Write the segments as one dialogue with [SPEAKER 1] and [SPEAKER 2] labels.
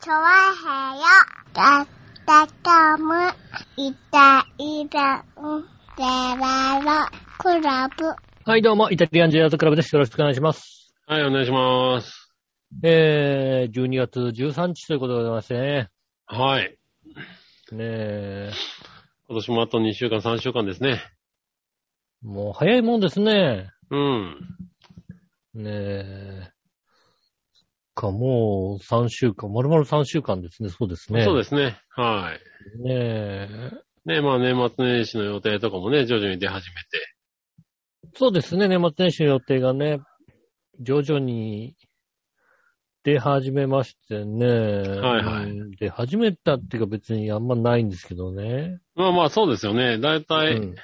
[SPEAKER 1] チョワヘヨだったかむいたいたんでららクラブ
[SPEAKER 2] はい、どうも、イタリアンジェラートクラブです。よろしくお願いします。
[SPEAKER 3] はい、お願いします。
[SPEAKER 2] えー、12月13日ということでございましてね。
[SPEAKER 3] はい。
[SPEAKER 2] ねえ、
[SPEAKER 3] 今年もあと2週間、3週間ですね。
[SPEAKER 2] もう早いもんですね。
[SPEAKER 3] うん。
[SPEAKER 2] ねえ。か、もう3週間、丸々3週間ですね。そうですね。。
[SPEAKER 3] そうですすね。は
[SPEAKER 2] ねえ。
[SPEAKER 3] い。ね、まあ年末年始の予定とかもね、徐々に出始めて。
[SPEAKER 2] そうですね、年末年始の予定がね、徐々に出始めましてね。
[SPEAKER 3] いはい
[SPEAKER 2] うん出始めたっていうか別にあんまないんですけどね。
[SPEAKER 3] まあまあそうですよね。だいたい、
[SPEAKER 2] うん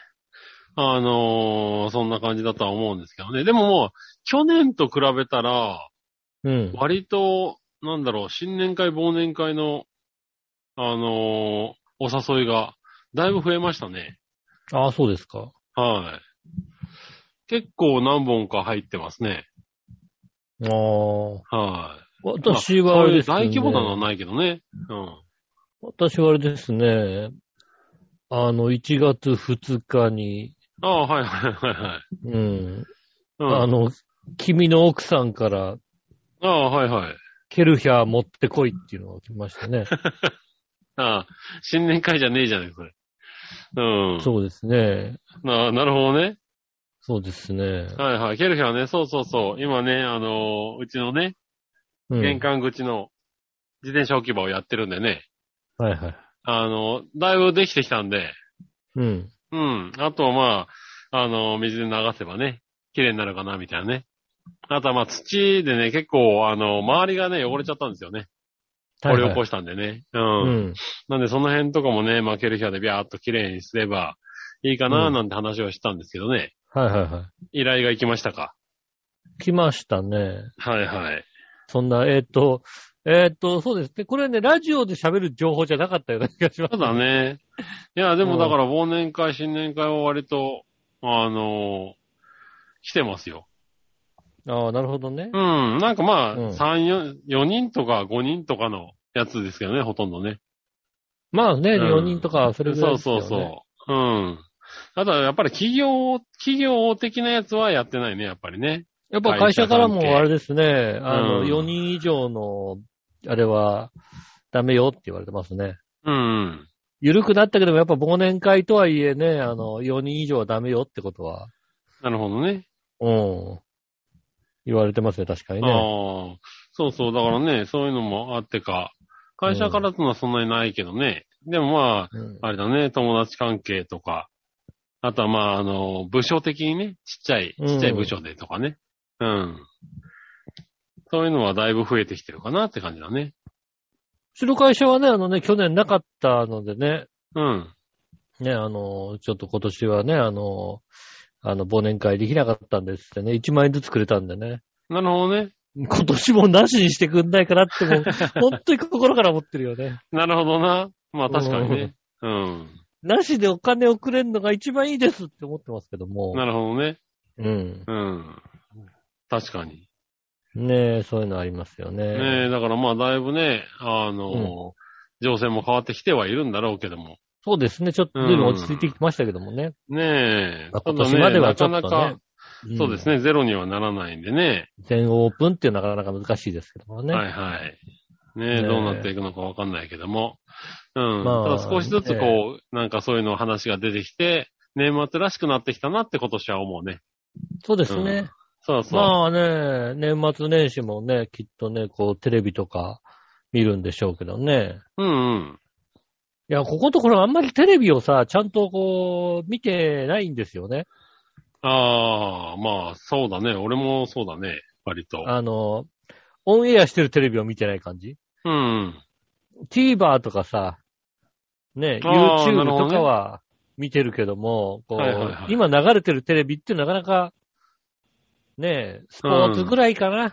[SPEAKER 3] あのーそんな感じだとは思うんですけどね。でももう、去年と比べたら、
[SPEAKER 2] うん。
[SPEAKER 3] 割と、なんだろう、新年会、忘年会の、あのーお誘いが、だいぶ増えましたね。
[SPEAKER 2] ああ、そうですか。
[SPEAKER 3] はい。結構何本か入ってますね。
[SPEAKER 2] ああ。
[SPEAKER 3] はい。
[SPEAKER 2] 私はあれですね。
[SPEAKER 3] 大規模なのはないけどね。うん。
[SPEAKER 2] 私はあれですね。あの、1月2日に、
[SPEAKER 3] ああ、はいはいはいはい。
[SPEAKER 2] うん。
[SPEAKER 3] うん、
[SPEAKER 2] あ
[SPEAKER 3] あ
[SPEAKER 2] の、君の奥さんから、
[SPEAKER 3] あ、はいはい。
[SPEAKER 2] ケルヒャー持ってこいっていうのが来ました ね。
[SPEAKER 3] ああ、新年会じゃねえじゃない、それ。うん。
[SPEAKER 2] そうですね。
[SPEAKER 3] ななるほどね。
[SPEAKER 2] そうですね。
[SPEAKER 3] はいはい。ケルヒャーね、そうそうそう。今ね、あのーうちのね、
[SPEAKER 2] うん、
[SPEAKER 3] 玄関口の自転車置き場をやってるんでね。
[SPEAKER 2] はいはい。
[SPEAKER 3] あのーだいぶできてきたんで、
[SPEAKER 2] うん。
[SPEAKER 3] うん。あとはまあ、あのー水で流せばね、綺麗になるかな、みたいなね。あとはまあ、土でね、結構、あのー周りがね、汚れちゃったんですよね。
[SPEAKER 2] はい
[SPEAKER 3] こ
[SPEAKER 2] はい
[SPEAKER 3] れを起こしたんでね。
[SPEAKER 2] う
[SPEAKER 3] うん。
[SPEAKER 2] ん。
[SPEAKER 3] なんでその辺とかもね、まあ、ケルヒャーでビャーっと綺麗にすればいいか
[SPEAKER 2] う
[SPEAKER 3] な、
[SPEAKER 2] ん
[SPEAKER 3] なんて話をしたんですけどね。
[SPEAKER 2] はいはいは
[SPEAKER 3] 依頼が行きましたか。
[SPEAKER 2] い。来ましたね。
[SPEAKER 3] はいはい。
[SPEAKER 2] そんな、えっ、と、えっ、と、そうですね。これはね、ラジオで喋る情報じゃなかったような気がします。
[SPEAKER 3] ただね、いや、でもだから忘年会、新年会は割と、あのー来てますよ。
[SPEAKER 2] ああ、なるほどね
[SPEAKER 3] う。ん、なんかまあ、
[SPEAKER 2] うん
[SPEAKER 3] 3、4、4人とか5人とかのやつですけどね、ほとんどね。
[SPEAKER 2] まあね、
[SPEAKER 3] うん
[SPEAKER 2] 4人とか、それぐらい
[SPEAKER 3] そう
[SPEAKER 2] ですよ、
[SPEAKER 3] そ
[SPEAKER 2] ね。
[SPEAKER 3] うそう。うん。あとはやっぱり企業、企業的なやつはやってないね、やっぱりね。
[SPEAKER 2] やっぱ会社から
[SPEAKER 3] 会社関係
[SPEAKER 2] もあれですね、あの、
[SPEAKER 3] うん
[SPEAKER 2] 4人以上の、あれは、ダメよって言われてますね。
[SPEAKER 3] うん。
[SPEAKER 2] 緩くなったけども、やっぱ忘年会とはいえね、あの、4人以上はダメよってことは、
[SPEAKER 3] なるほどね。
[SPEAKER 2] うん。言われてますね、確かにね。
[SPEAKER 3] ああ、そうそう、だからね、そういうのもあってか、会社からってのはそんなにないけどね。でもま
[SPEAKER 2] うん
[SPEAKER 3] あ、あれだね、友達関係とか、あとはまあ、あの、部署的にね、ちっちゃい、
[SPEAKER 2] うん
[SPEAKER 3] ちっちゃい部署でとかね。うん。そういうのはだいぶ増えてきてるかなって感じだね。
[SPEAKER 2] うちの会社はね、あのね、去年なかったのでね、
[SPEAKER 3] うん。
[SPEAKER 2] ね、あの、ちょっと今年はね、あの、あの、忘年会できなかったんですってね、1万円ずつくれたんでね、
[SPEAKER 3] なるほどね。
[SPEAKER 2] 今年もなしにしてくんないかなって、 もう、本当に心から思ってるよね。
[SPEAKER 3] なるほどな。まあ確かにね。うん。
[SPEAKER 2] なしでお金をくれるのが一番いいですって思ってますけども。
[SPEAKER 3] なるほどね。
[SPEAKER 2] うん。
[SPEAKER 3] うん。確かに。
[SPEAKER 2] ねえ、そういうのありますよね。
[SPEAKER 3] ねえ、だからまあだいぶね、あの、情勢も変わってきてはいるんだろうけども。
[SPEAKER 2] そうですね。ちょっと随分落ち着いてきましたけどもね。
[SPEAKER 3] ねえ。
[SPEAKER 2] まあ
[SPEAKER 3] た
[SPEAKER 2] 今
[SPEAKER 3] だ
[SPEAKER 2] 年
[SPEAKER 3] ね、
[SPEAKER 2] までは
[SPEAKER 3] な
[SPEAKER 2] ちょ
[SPEAKER 3] か
[SPEAKER 2] っとね
[SPEAKER 3] なか、
[SPEAKER 2] ん
[SPEAKER 3] そうです。ね、ゼロにはならないんでね。
[SPEAKER 2] 全オープンっていうのはなかなか難しいですけどもね。
[SPEAKER 3] はいはい。ねえ、
[SPEAKER 2] ねえ
[SPEAKER 3] どうなっていくのかわかんないけども。うん。
[SPEAKER 2] まあ
[SPEAKER 3] ただ少しずつこう、なんかそういうの話が出てきて、年末らしくなってきたなって今年は思うね。
[SPEAKER 2] そうですね。
[SPEAKER 3] そうそう。
[SPEAKER 2] まあね、年末年始もね、きっとね、こうテレビとか見るんでしょうけどね。
[SPEAKER 3] うんうん。
[SPEAKER 2] いや、こことこれあんまりテレビをさ、ちゃんとこう、見てないんですよね。
[SPEAKER 3] ああ、まあ、そうだね。俺もそうだね。割と。
[SPEAKER 2] あの、オンエアしてるテレビを見てない感じ
[SPEAKER 3] うんうん。
[SPEAKER 2] TVer とかさ、ね、
[SPEAKER 3] あーな
[SPEAKER 2] YouTube
[SPEAKER 3] るほど
[SPEAKER 2] と
[SPEAKER 3] ね
[SPEAKER 2] かは見てるけども、こう
[SPEAKER 3] はいはいはい
[SPEAKER 2] 今流れてるテレビってなかなか、ね、スポーツぐらいかな。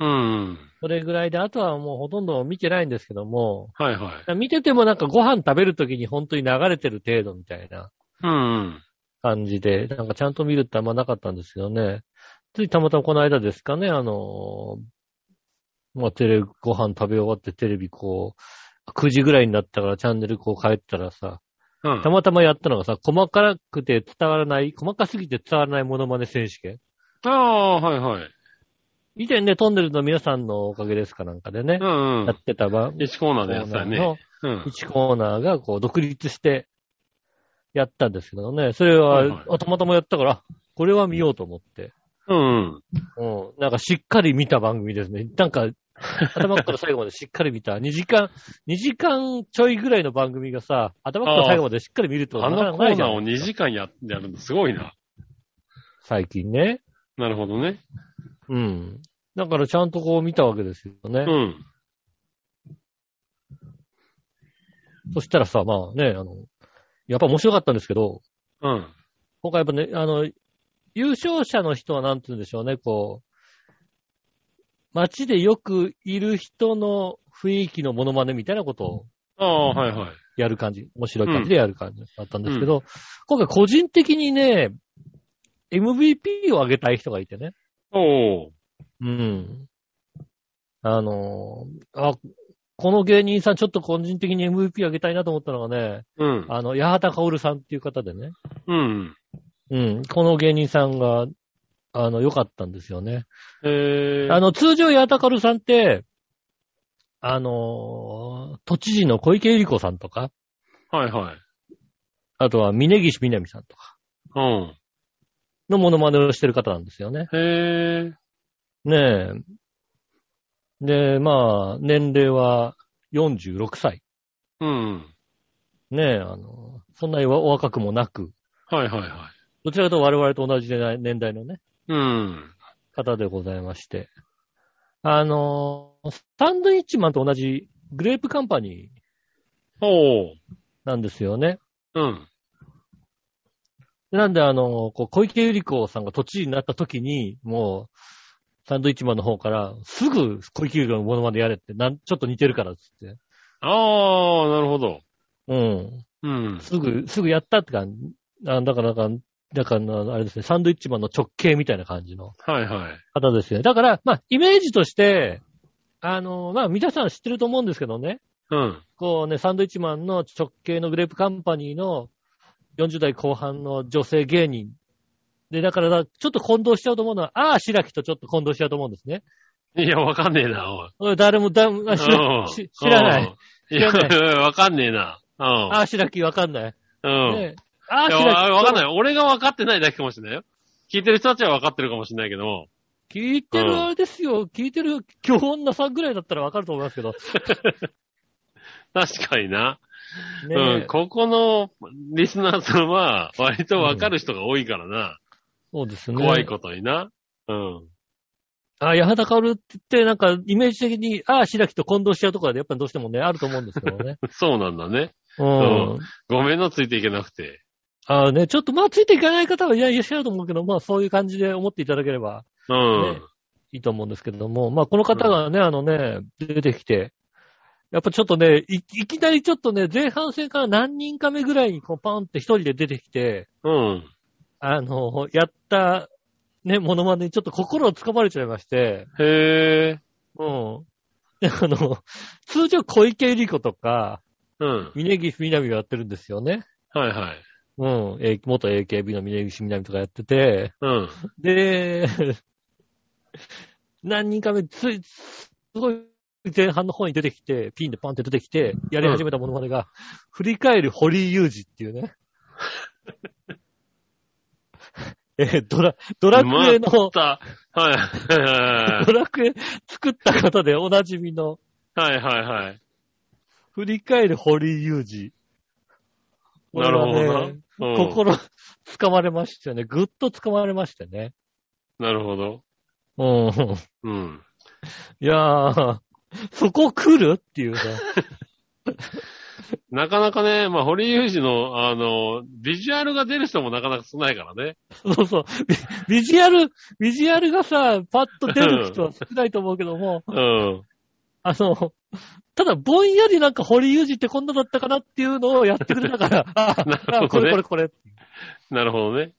[SPEAKER 3] うんうん。
[SPEAKER 2] それぐらいで、あとはもうほとんど見てないんですけども、
[SPEAKER 3] はいはい。
[SPEAKER 2] 見ててもなんかご飯食べるときに本当に流れてる程度みたいな
[SPEAKER 3] うんうん。
[SPEAKER 2] 感じで、なんかちゃんと見るってあんまなかったんですよね。ついたまたまこの間ですかね、あの、まあ、テレビ、ご飯食べ終わってテレビこう、9時ぐらいになったからチャンネルこう変えてたらさ、
[SPEAKER 3] うん
[SPEAKER 2] た。またまやったのがさ、細かくて伝わらない、細かすぎて伝わらないモノマネ選手権。
[SPEAKER 3] ああ、はいはい。
[SPEAKER 2] 以前ね、トンネルの皆さんのおかげですかなんかでね
[SPEAKER 3] う、んう
[SPEAKER 2] や
[SPEAKER 3] ん
[SPEAKER 2] っ。てた番
[SPEAKER 3] 1コーナー
[SPEAKER 2] コ
[SPEAKER 3] でやってたよ
[SPEAKER 2] ーナー
[SPEAKER 3] ね
[SPEAKER 2] の。
[SPEAKER 3] うん。
[SPEAKER 2] 1コーナーがこう独立してやったんですけどね、それ
[SPEAKER 3] はいは
[SPEAKER 2] はいあたまたまやったから、これは見ようと思って。
[SPEAKER 3] うんうん。
[SPEAKER 2] うん。なんかしっかり見た番組ですね。なんか、頭から最後までしっかり見た。2時間、2時間ちょいぐらいの番組がさ、頭から最後までしっかり見るってこと
[SPEAKER 3] あ
[SPEAKER 2] なかな
[SPEAKER 3] の
[SPEAKER 2] か
[SPEAKER 3] コ
[SPEAKER 2] ない
[SPEAKER 3] ー
[SPEAKER 2] じゃ
[SPEAKER 3] ナー
[SPEAKER 2] ん
[SPEAKER 3] を2時間ややるのすごいな。
[SPEAKER 2] 最近ね。
[SPEAKER 3] なるほどね。
[SPEAKER 2] うん。だからちゃんとこう見たわけですよね
[SPEAKER 3] う。ん。
[SPEAKER 2] そしたらさ、まあね、あの、やっぱ面白かったんですけど、
[SPEAKER 3] うん。
[SPEAKER 2] 今回やっぱね、あの、優勝者の人はなんて言うんでしょうね、こう、街でよくいる人の雰囲気のモノマネみたいなことを
[SPEAKER 3] ああ、はいはい。
[SPEAKER 2] やる感じ、面白い感じでやる感じだったんですけど、今回個人的にね、MVP をあげたい人がいてね。
[SPEAKER 3] おお。
[SPEAKER 2] うん。あのーあ、この芸人さんちょっと個人的に MVP あげたいなと思ったのがね、
[SPEAKER 3] うん。
[SPEAKER 2] あの、八幡薫さんっていう方でね、
[SPEAKER 3] うん。
[SPEAKER 2] うん、この芸人さんが、あの、良かったんですよね。
[SPEAKER 3] えー。
[SPEAKER 2] あの、通常八幡薫さんって、あのー都知事の小池百合子さんとか、
[SPEAKER 3] はいはい。
[SPEAKER 2] あとは峯岸みなみさんとか
[SPEAKER 3] うん。
[SPEAKER 2] のモノマネをしてる方なんですよね。
[SPEAKER 3] へえ。
[SPEAKER 2] ねえ。で、まあ、年齢は46歳。
[SPEAKER 3] うん。
[SPEAKER 2] ねえ、あの、そんなにお若くもなく、
[SPEAKER 3] はいはいは
[SPEAKER 2] どちらかというと我々と同じ年代年代のね、
[SPEAKER 3] い。うん。
[SPEAKER 2] 方でございまして。あの、サンドイッチマンと同じグレープカンパニー
[SPEAKER 3] おお。
[SPEAKER 2] なんですよね。
[SPEAKER 3] うん。
[SPEAKER 2] なんで、あの、こう小池百合子さんが都知事になった時に、もう、サンドイッチマンの方から、すぐ小池百合子のものまでやれって、なん、ちょっと似てるからっつって。
[SPEAKER 3] ああ、なるほど。
[SPEAKER 2] うん。
[SPEAKER 3] うん。
[SPEAKER 2] すぐ、すぐやったって感じ。あだから、だから、だから、あれですね、サンドイッチマンの直系みたいな感じの
[SPEAKER 3] はいはい。
[SPEAKER 2] 方ですよね。だから、まあ、イメージとして、あの、まあ、皆さん知ってると思うんですけどね、
[SPEAKER 3] うん。
[SPEAKER 2] こうね、サンドイッチマンの直系のグレープカンパニーの40代後半の女性芸人。で、だからだ、ちょっと混同しちゃうと思うのは、ああ、白木とちょっと混同しちゃうと思うんですね。
[SPEAKER 3] いや、わかんねえな、おい。
[SPEAKER 2] これ誰も、だあ 知
[SPEAKER 3] うん
[SPEAKER 2] らし知らない。。
[SPEAKER 3] うんいや、
[SPEAKER 2] 知ら
[SPEAKER 3] わかんねえな。う
[SPEAKER 2] ああ、白木わかんない。
[SPEAKER 3] ん。うん。
[SPEAKER 2] ね、ああ、
[SPEAKER 3] いや、
[SPEAKER 2] 白木。
[SPEAKER 3] わわかんない。俺がわかってないだけかもしれないよ。聞いてる人たちはわかってるかもしれないけども。
[SPEAKER 2] 聞いてるあれですよ。聞いてる、今日女さんぐらいだったらわかると思いますけど。
[SPEAKER 3] 確かにな。
[SPEAKER 2] ね
[SPEAKER 3] うん。ここのリスナーさんは、割とわかる人が多いからな。
[SPEAKER 2] そうですね。
[SPEAKER 3] 怖いことにな。うん。
[SPEAKER 2] あ、八幡薫って言って、なんか、イメージ的に、ああ、白木と混同しちゃうところで、やっぱりどうしてもね、あると思うんですけど ね。
[SPEAKER 3] そうなんだね。
[SPEAKER 2] うん。
[SPEAKER 3] ごめんな、ついていけなくて。
[SPEAKER 2] ああね、ちょっと、まあ、ついていかない方は、いや、いらっしゃると思うけど、まあ、そういう感じで思っていただければ
[SPEAKER 3] うん。
[SPEAKER 2] ねいいと思うんですけども、まあ、この方がね、あのね、出てきて、やっぱちょっとね、いいきなりちょっとね、前半戦から何人か目ぐらいに、こう、パンって一人で出てきて、
[SPEAKER 3] うん。
[SPEAKER 2] あの、やった、ね、モノマネにちょっと心をつかまれちゃいまして、
[SPEAKER 3] へえ。
[SPEAKER 2] うん。であの、通常小池百合子とか、
[SPEAKER 3] うん。
[SPEAKER 2] 峯岸みなみがやってるんですよね。
[SPEAKER 3] はいはい。
[SPEAKER 2] うん。えー元 AKB の峯岸みなみとかやってて、
[SPEAKER 3] うん。
[SPEAKER 2] で、何人か目、つい、すごい前半の方に出てきて、ピンでパンって出てきて、やり始めたものまでが、振り返る堀井雄二っていうね。 えードラ、ドラクエの、
[SPEAKER 3] た。は いは
[SPEAKER 2] ドラクエ作った方でおなじみの、
[SPEAKER 3] いはい。はいはい はい。
[SPEAKER 2] 振り返る堀井雄二。
[SPEAKER 3] なるほどな。
[SPEAKER 2] ね
[SPEAKER 3] うん
[SPEAKER 2] 心、つかまれましたよね。ぐっとつかまれましたね。
[SPEAKER 3] なるほど。
[SPEAKER 2] うん。
[SPEAKER 3] うん。
[SPEAKER 2] いやー、そこ来るっていうね。
[SPEAKER 3] なかなかね、まあ、堀井雄二の、あの、ビジュアルが出る人もなかなか少ないからね。
[SPEAKER 2] そうそう。ビビジュアル、ビジュアルがさ、パッと出る人は少ないと思うけども、
[SPEAKER 3] うん。
[SPEAKER 2] あの、ただぼんやりなんか堀裕二ってこんなだったかなっていうのをやってくれたか ら、あ
[SPEAKER 3] なる
[SPEAKER 2] こ
[SPEAKER 3] ほど
[SPEAKER 2] れ
[SPEAKER 3] ね
[SPEAKER 2] これこれ。
[SPEAKER 3] なるほどね。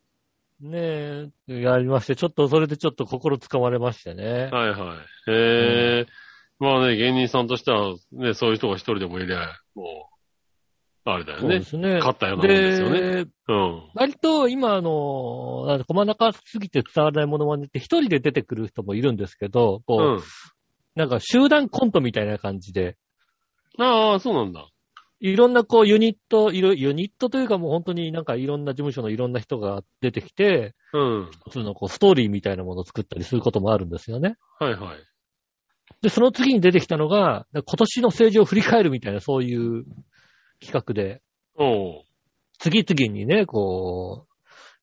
[SPEAKER 2] ねえ、やりまして、ちょっとそれでちょっと心つかまれましてね。
[SPEAKER 3] はいはい。へえ、まあね、芸人さんとしては、ね、そういう人が一人でもいりゃ、もう、あれだよ
[SPEAKER 2] そう
[SPEAKER 3] ね
[SPEAKER 2] で。すね。
[SPEAKER 3] 勝ったようなもんですよね
[SPEAKER 2] で
[SPEAKER 3] うん。
[SPEAKER 2] 割と今、あの、なんか細かすぎて伝わらないものまねって一人で出てくる人もいるんですけど、こう、
[SPEAKER 3] うん。
[SPEAKER 2] なんか集団コントみたいな感じで、
[SPEAKER 3] ああ、そうなんだ。
[SPEAKER 2] いろんなこうユニット、いろユニットというかもう本当になんかいろんな事務所のいろんな人が出てきて、
[SPEAKER 3] うん。
[SPEAKER 2] 普通のこうストーリーみたいなものを作ったりすることもあるんですよね。
[SPEAKER 3] はいはい。
[SPEAKER 2] で、その次に出てきたのが、今年の政治を振り返るみたいなそういう企画で、
[SPEAKER 3] おう。
[SPEAKER 2] 次々にね、こ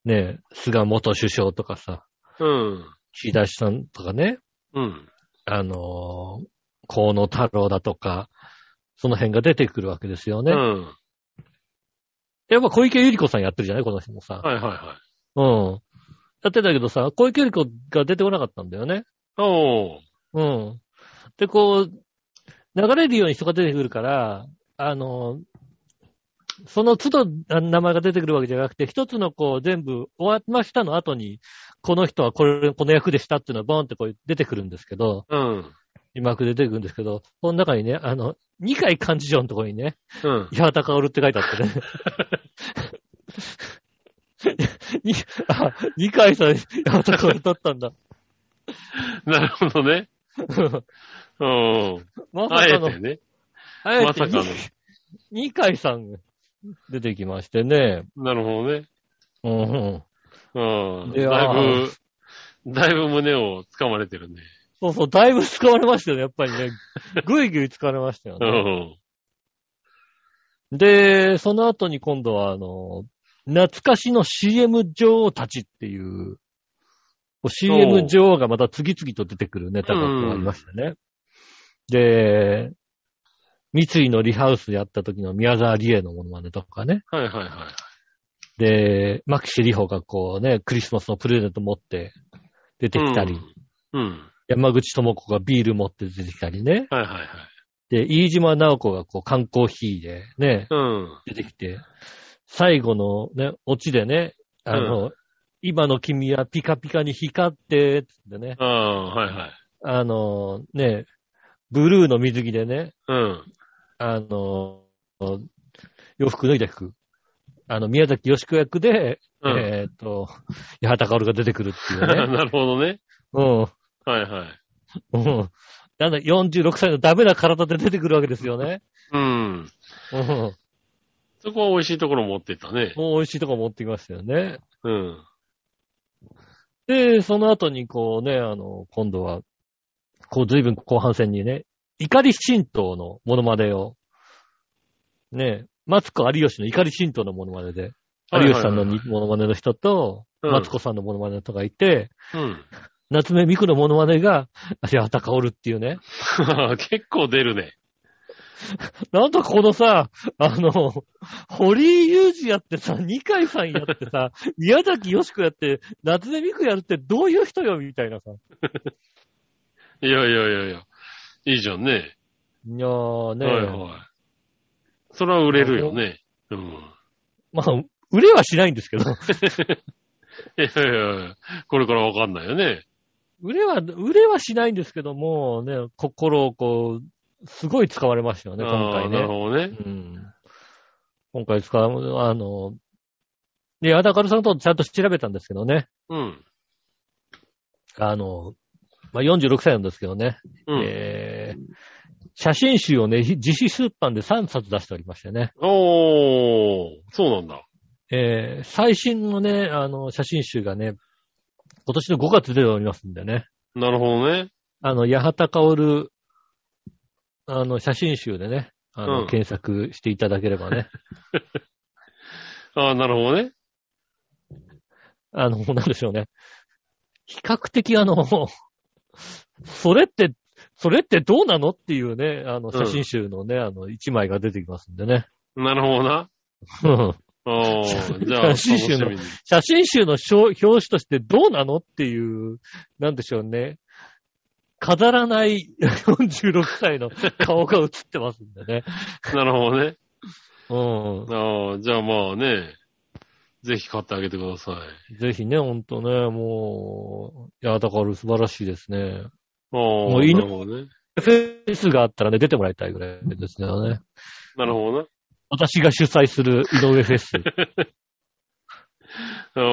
[SPEAKER 2] う、ね、菅元首相とかさ、
[SPEAKER 3] うん。
[SPEAKER 2] 岸田さんとかね、
[SPEAKER 3] うん。
[SPEAKER 2] あのー河野太郎だとか、その辺が出てくるわけですよね。
[SPEAKER 3] うん。
[SPEAKER 2] やっぱ小池百合子さんやってるじゃないこの人もさ。
[SPEAKER 3] はいはいはい。
[SPEAKER 2] うん。やってたけどさ、小池百合子が出てこなかったんだよね。
[SPEAKER 3] おう。
[SPEAKER 2] うん。で、こう、流れるように人が出てくるから、あの、その都度あ名前が出てくるわけじゃなくて、一つのこう全部終わりましたの後に、この人はこれ、この役でしたっていうのはボーンってこう出てくるんですけど、
[SPEAKER 3] うん。
[SPEAKER 2] 字幕で出てくるんですけど、この中にね、あの、二階幹事長のところにね、
[SPEAKER 3] うん。
[SPEAKER 2] 八幡薫って書いてあってね。 にあ、二階さん、八幡薫だったんだ。
[SPEAKER 3] なるほどね。うん。
[SPEAKER 2] ま
[SPEAKER 3] あ
[SPEAKER 2] さか
[SPEAKER 3] え
[SPEAKER 2] の、
[SPEAKER 3] てね。
[SPEAKER 2] あえ
[SPEAKER 3] ま
[SPEAKER 2] て
[SPEAKER 3] さかの。
[SPEAKER 2] 二階さんが出てきましてね。
[SPEAKER 3] なるほどね。
[SPEAKER 2] うん、
[SPEAKER 3] うん。
[SPEAKER 2] で
[SPEAKER 3] だ
[SPEAKER 2] あ
[SPEAKER 3] いぶ、だいぶ胸を掴まれてるね。
[SPEAKER 2] そうそう、だいぶ使われましたよね、やっぱり ね。ぐいぐい使われましたよ
[SPEAKER 3] う
[SPEAKER 2] ね。
[SPEAKER 3] ん。
[SPEAKER 2] で、その後に今度は、あの、懐かしの CM 女王たちっていう、こう CM 女王がまた次々と出てくるネタがありましたね。で、三井のリハウスやった時の宮沢理恵のものまねとかね。
[SPEAKER 3] はいはいは
[SPEAKER 2] で、マキシリホがこうね、クリスマスのプレゼント持って出
[SPEAKER 3] い。
[SPEAKER 2] てきたり、
[SPEAKER 3] うん。うん。
[SPEAKER 2] 山口智子がビール持って出てきたりね。
[SPEAKER 3] はいはいはい。
[SPEAKER 2] で、飯島直子がこう缶コーヒーでね、
[SPEAKER 3] うん。
[SPEAKER 2] 出てきて、最後のね、オチでね、あの、今の君はピカピカに光って、つってね、
[SPEAKER 3] ああ、はいはい。
[SPEAKER 2] あの、ね、ブルーの水着でね、
[SPEAKER 3] うん。
[SPEAKER 2] あの、洋服脱いだ服、あの、宮崎よしこ役で、
[SPEAKER 3] うん。
[SPEAKER 2] えーっと、八幡薫が出てくるっていうね。
[SPEAKER 3] なるほどね。
[SPEAKER 2] うん。
[SPEAKER 3] はいはい。
[SPEAKER 2] うん。なんだ、46歳のダメな体で出てくるわけですよね。
[SPEAKER 3] うん。
[SPEAKER 2] うん。
[SPEAKER 3] そこは美味しいところ持ってったね。
[SPEAKER 2] もう美味しいとこ持ってきましたよね。
[SPEAKER 3] うん。
[SPEAKER 2] で、その後にこうね、あの、今度は、こう随分後半戦にね、怒り神道のモノマネを、ね、マツコ有吉の怒り神道のモノマネで、有吉さんの
[SPEAKER 3] はいはいはい
[SPEAKER 2] にモノマネの人と、
[SPEAKER 3] うん
[SPEAKER 2] マツコさんのモノマネの人がいて、
[SPEAKER 3] うん。
[SPEAKER 2] 夏目美久のモノマネが、八幡薫っていうね。
[SPEAKER 3] 結構出るね。
[SPEAKER 2] なんとこのさ、あの、堀井雄二やってさ、二階さんやって さ、宮崎よしこやって、夏目美久やるってどういう人よ、みたいなさ。
[SPEAKER 3] いやいやいやいや。いいじゃんね。
[SPEAKER 2] いやーね、
[SPEAKER 3] はいはい。それは売れるよね。うん。
[SPEAKER 2] まあ、売れはしないんですけど、
[SPEAKER 3] いやいやいや、これからわかんないよね。
[SPEAKER 2] 売れは、売れはしないんですけども、ね、心をこう、すごい使われましたよね、今
[SPEAKER 3] ああ
[SPEAKER 2] 回
[SPEAKER 3] なる
[SPEAKER 2] ね。
[SPEAKER 3] ほどね。
[SPEAKER 2] うん、今回使う、あの、いや、だからさんとちゃんと調べたんですけどね、
[SPEAKER 3] うん。
[SPEAKER 2] あの、まあ、46歳なんですけどね、
[SPEAKER 3] うん。
[SPEAKER 2] えー写真集をね、ひ自費出版で3冊出しておりましてね、
[SPEAKER 3] おー、そうなんだ。
[SPEAKER 2] えー最新のね、あの、写真集がね、今年の5月出ておりますんでね、
[SPEAKER 3] なるほどね。
[SPEAKER 2] あの、八幡薫、あの、写真集でね、あの、
[SPEAKER 3] うん
[SPEAKER 2] 検索していただければね、
[SPEAKER 3] ああ、なるほどね。
[SPEAKER 2] あの、なんでしょうね。比較的あの、それって、それってどうなのっていうね、あの、
[SPEAKER 3] ん
[SPEAKER 2] 写真集のね、あの、一枚が出てきますんでね。
[SPEAKER 3] なるほどな。
[SPEAKER 2] うん
[SPEAKER 3] おー、じゃあ、楽しみに。
[SPEAKER 2] 写真集の表表紙としてどうなのっていう、なんでしょうね。飾らない46歳の顔が映ってますんでね。
[SPEAKER 3] なるほどね。
[SPEAKER 2] うん。
[SPEAKER 3] ああ、じゃあまあね、ぜひ買ってあげてください。
[SPEAKER 2] ぜひね、ほんとね、もう、いや、だから素晴らしいですね。
[SPEAKER 3] ああ、
[SPEAKER 2] ういいの
[SPEAKER 3] なるほどね。
[SPEAKER 2] フェスがあったらね、出てもらいたいぐらいですよね。
[SPEAKER 3] なるほどね。
[SPEAKER 2] 私が主催する井上フェス。
[SPEAKER 3] う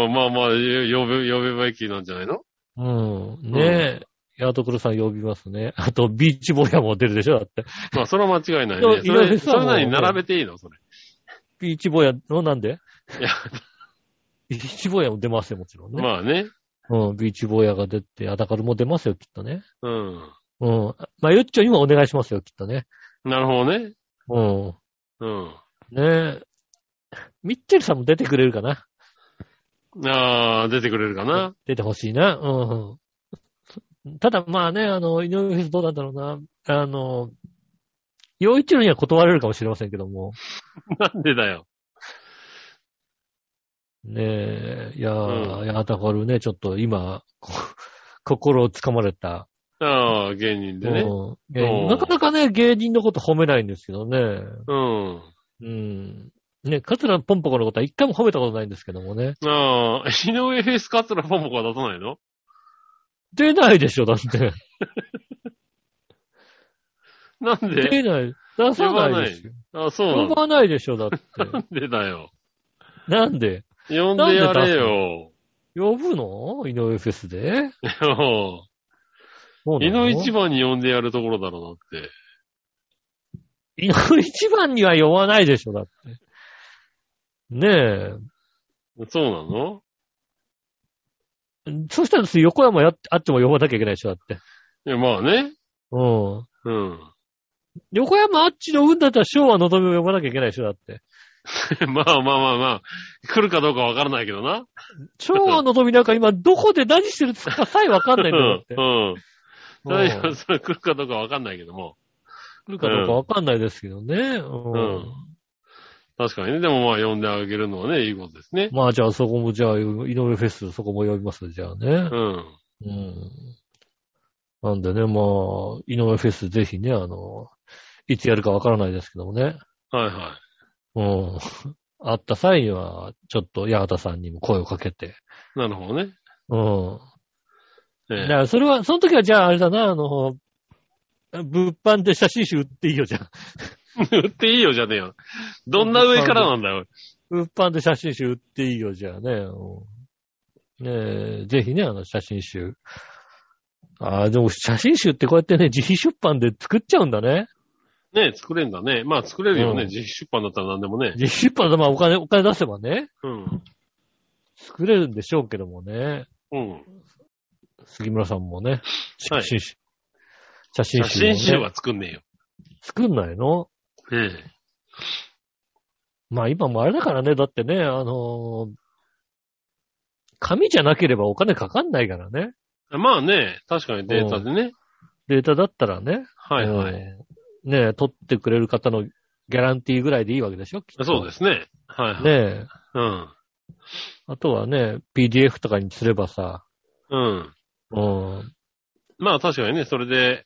[SPEAKER 3] んまあまあ、よ呼べ、呼べばいいなんじゃないの
[SPEAKER 2] うん。ねえ。ヤートクルさん呼びますね。あと、ビーチボーヤも出るでしょだって。
[SPEAKER 3] まあ、それは間違いないね。
[SPEAKER 2] いや
[SPEAKER 3] そ
[SPEAKER 2] いや
[SPEAKER 3] れ、
[SPEAKER 2] そ
[SPEAKER 3] そうれなりに並べていいのそれ。
[SPEAKER 2] ビーチボーヤのなんで
[SPEAKER 3] いや、
[SPEAKER 2] ビーチボーヤも出ますよ、もちろんね。
[SPEAKER 3] まあね。
[SPEAKER 2] うん、ビーチボーヤが出て、アダカルも出ますよ、きっとね。
[SPEAKER 3] うん。
[SPEAKER 2] うん。まあ、ゆっちょにもお願いしますよ、きっとね。
[SPEAKER 3] なるほどね。
[SPEAKER 2] うん。
[SPEAKER 3] うん。
[SPEAKER 2] ねえ。ミッチェルさんも出てくれるかな
[SPEAKER 3] ああ、出てくれるかな。
[SPEAKER 2] 出てほしいな。うん。ただまあね、あの、井上フェスどうなんだろうな。あの、洋一郎には断られるかもしれませんけども。
[SPEAKER 3] なんでだよ。
[SPEAKER 2] ねえ、いやー、
[SPEAKER 3] う
[SPEAKER 2] いや、だからね、ちょっと今、 こ心をつかまれた。
[SPEAKER 3] ああ、芸人でね。
[SPEAKER 2] うん芸
[SPEAKER 3] う
[SPEAKER 2] 人
[SPEAKER 3] ん
[SPEAKER 2] なかなかね、芸人のこと褒めないんですけどね。
[SPEAKER 3] うん。
[SPEAKER 2] うん。ね、カツラポンポコのことは一回も褒めたことないんですけどもね。
[SPEAKER 3] ああ、井上フェイスカツラポンポコは出さないの
[SPEAKER 2] 出ないでしょ、だって。
[SPEAKER 3] なんで
[SPEAKER 2] 出ない。出さないでしょ。
[SPEAKER 3] あそうな
[SPEAKER 2] 呼
[SPEAKER 3] の
[SPEAKER 2] ばないでしょ、だって。
[SPEAKER 3] なんでだよ。
[SPEAKER 2] なんで
[SPEAKER 3] 呼んでやれよ。
[SPEAKER 2] 呼ぶの井上フェスで
[SPEAKER 3] よ
[SPEAKER 2] そう
[SPEAKER 3] う
[SPEAKER 2] な
[SPEAKER 3] 井の
[SPEAKER 2] の
[SPEAKER 3] 一番に呼んでやるところだろうなって。
[SPEAKER 2] 井上一番には呼ばないでしょ、だって。ね
[SPEAKER 3] そうなの
[SPEAKER 2] え。そしたらですよ横山やっあっても呼ばなきゃいけないでしょ、だって。
[SPEAKER 3] いや、まあね。
[SPEAKER 2] うん。
[SPEAKER 3] うん。
[SPEAKER 2] 横山あっちの運だったら昭和のぞみを呼ばなきゃいけないでしょ、だって。
[SPEAKER 3] まあまあまあまあ、来るかどうかわからないけどな。
[SPEAKER 2] 昭和のぞみなんか今どこで何してるかさえわかんないんだよ、だって
[SPEAKER 3] う。ん。
[SPEAKER 2] うん
[SPEAKER 3] 大丈夫、それ来るかどうかわかんないけども。
[SPEAKER 2] 来るかどうかわかんないですけどね。うん。
[SPEAKER 3] うん確かにね。でもまあ、呼んであげるのはね、いいことですね。
[SPEAKER 2] まあじゃあそこもじゃあ、井上フェスそこも呼びます、じゃあね
[SPEAKER 3] う。ん。
[SPEAKER 2] うん。なんでね、まあ、井上フェスぜひね、あの、いつやるかわからないですけどもね。
[SPEAKER 3] はいは
[SPEAKER 2] うん。会った際には、ちょっと八幡さんにも声をかけて。
[SPEAKER 3] い。なるほどね。
[SPEAKER 2] うん。
[SPEAKER 3] え
[SPEAKER 2] だ
[SPEAKER 3] え
[SPEAKER 2] からそれは、その時はじゃああれだな、あの、物販で写真集売っていいよじゃん。
[SPEAKER 3] 売っていいよじゃねえよ。どんな上からなんだよ。
[SPEAKER 2] 物販で写真集売っていいよじゃあね。うんねえ、ぜひね、あの写真集。ああ、でも写真集ってこうやってね、自費出版で作っちゃうんだね。
[SPEAKER 3] ね作れんだね。まあ作れるよね。
[SPEAKER 2] うん
[SPEAKER 3] 自費出版だったら何でもね。
[SPEAKER 2] 自費出版でまあお金、お金出せばね、
[SPEAKER 3] うん。
[SPEAKER 2] 作れるんでしょうけどもね。
[SPEAKER 3] うん。
[SPEAKER 2] 杉村さんもね、
[SPEAKER 3] は
[SPEAKER 2] 写真
[SPEAKER 3] い
[SPEAKER 2] 集。写真
[SPEAKER 3] 写
[SPEAKER 2] 集、ね。
[SPEAKER 3] 真集は作んねえよ。
[SPEAKER 2] 作んないの
[SPEAKER 3] え
[SPEAKER 2] まあ今もあれだからね、だってね、あのー紙じゃなければお金かかんないからね。
[SPEAKER 3] え。まあね、確かにデータでね。
[SPEAKER 2] データだったらね。
[SPEAKER 3] はいはい。
[SPEAKER 2] うんねえ、取ってくれる方のギャランティーぐらいでいいわけでしょ。
[SPEAKER 3] そうですすね。はいはい。
[SPEAKER 2] ねえ。
[SPEAKER 3] うん。
[SPEAKER 2] あとはね、PDF とかにすればさ、
[SPEAKER 3] うん。
[SPEAKER 2] うん。
[SPEAKER 3] まあ確かにね、それで、あ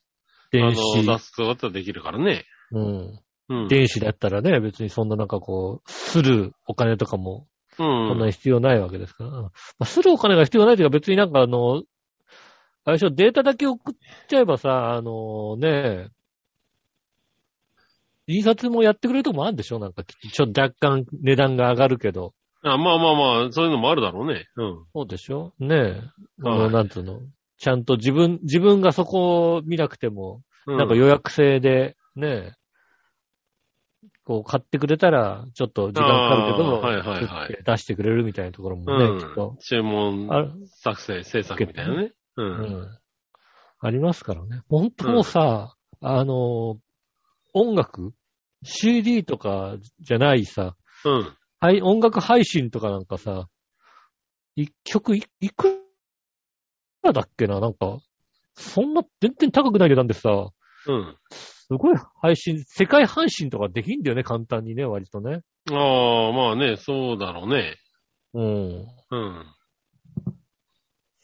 [SPEAKER 2] 電子、
[SPEAKER 3] の、出すとだったらできるからね。
[SPEAKER 2] うん。
[SPEAKER 3] うん。
[SPEAKER 2] 電子だったらね、別にそんななんかこう、するお金とかも、
[SPEAKER 3] う。
[SPEAKER 2] そんなんに必要ないわけですから。まあ、するお金が必要ないというか、別になんかあの、あれでしょ、データだけ送っちゃえばさ、あのね、印刷もやってくれるとこもあるんでしょなんか、ちょっと若干値段が上がるけど。
[SPEAKER 3] あまあまあまあ、そういうのもあるだろうね。うん。
[SPEAKER 2] そうでしょねえ。あの、
[SPEAKER 3] はい
[SPEAKER 2] なんつうの。ちゃんと自分、自分がそこを見なくても、
[SPEAKER 3] うん、
[SPEAKER 2] なんか予約制で、ねえ、こう買ってくれたら、ちょっと時間かかるけど、
[SPEAKER 3] あーはいはいはい
[SPEAKER 2] 作って出してくれるみたいなところもね、
[SPEAKER 3] うん
[SPEAKER 2] きっと。
[SPEAKER 3] 注文
[SPEAKER 2] ある
[SPEAKER 3] 作成、制作みたいなね。
[SPEAKER 2] う
[SPEAKER 3] う。
[SPEAKER 2] んん。ありますからね。本当もうさ、あの、音楽 ?CD とかじゃないさ、
[SPEAKER 3] うん。
[SPEAKER 2] はい、音楽配信とかなんかさ、一曲いいくらだっけななんか、そんな全然高くない値段でさ、
[SPEAKER 3] うん。
[SPEAKER 2] すごい配信、世界配信とかできんだよね、簡単にね、割とね。
[SPEAKER 3] ああ、まあね、そうだろうね。
[SPEAKER 2] うん。
[SPEAKER 3] うん。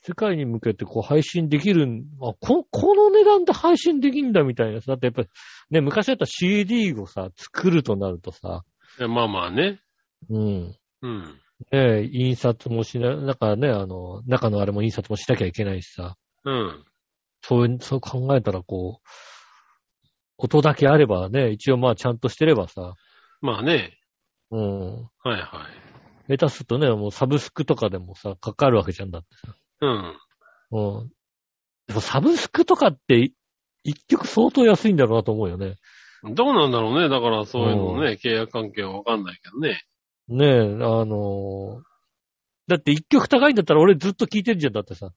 [SPEAKER 2] 世界に向けてこう配信できるん、あこ、この値段で配信できんだみたいなさ。だってやっぱりね、昔だったら CD をさ、作るとなるとさ、
[SPEAKER 3] いやまあまあね。
[SPEAKER 2] うん。
[SPEAKER 3] うん。
[SPEAKER 2] ねえ印刷もしな、なんかね、あの、中のあれも印刷もしなきゃいけないしさ、
[SPEAKER 3] うん。
[SPEAKER 2] そういう、そう考えたらこう、ことだけあればね、一応まあちゃんとしてればさ、
[SPEAKER 3] まあね。
[SPEAKER 2] うん。
[SPEAKER 3] はいはい。
[SPEAKER 2] 下手するとね、もうサブスクとかでもさ、かかるわけじゃんだってさ。
[SPEAKER 3] うん。
[SPEAKER 2] うん。でもサブスクとかって、い一曲相当安いんだろうなと思うよね。
[SPEAKER 3] どうなんだろうね。だからそういうのね、契約関係はわかんないけどね。
[SPEAKER 2] ねえ、あのーだって一曲高いんだったら俺ずっと聴いてるじゃんだってさ。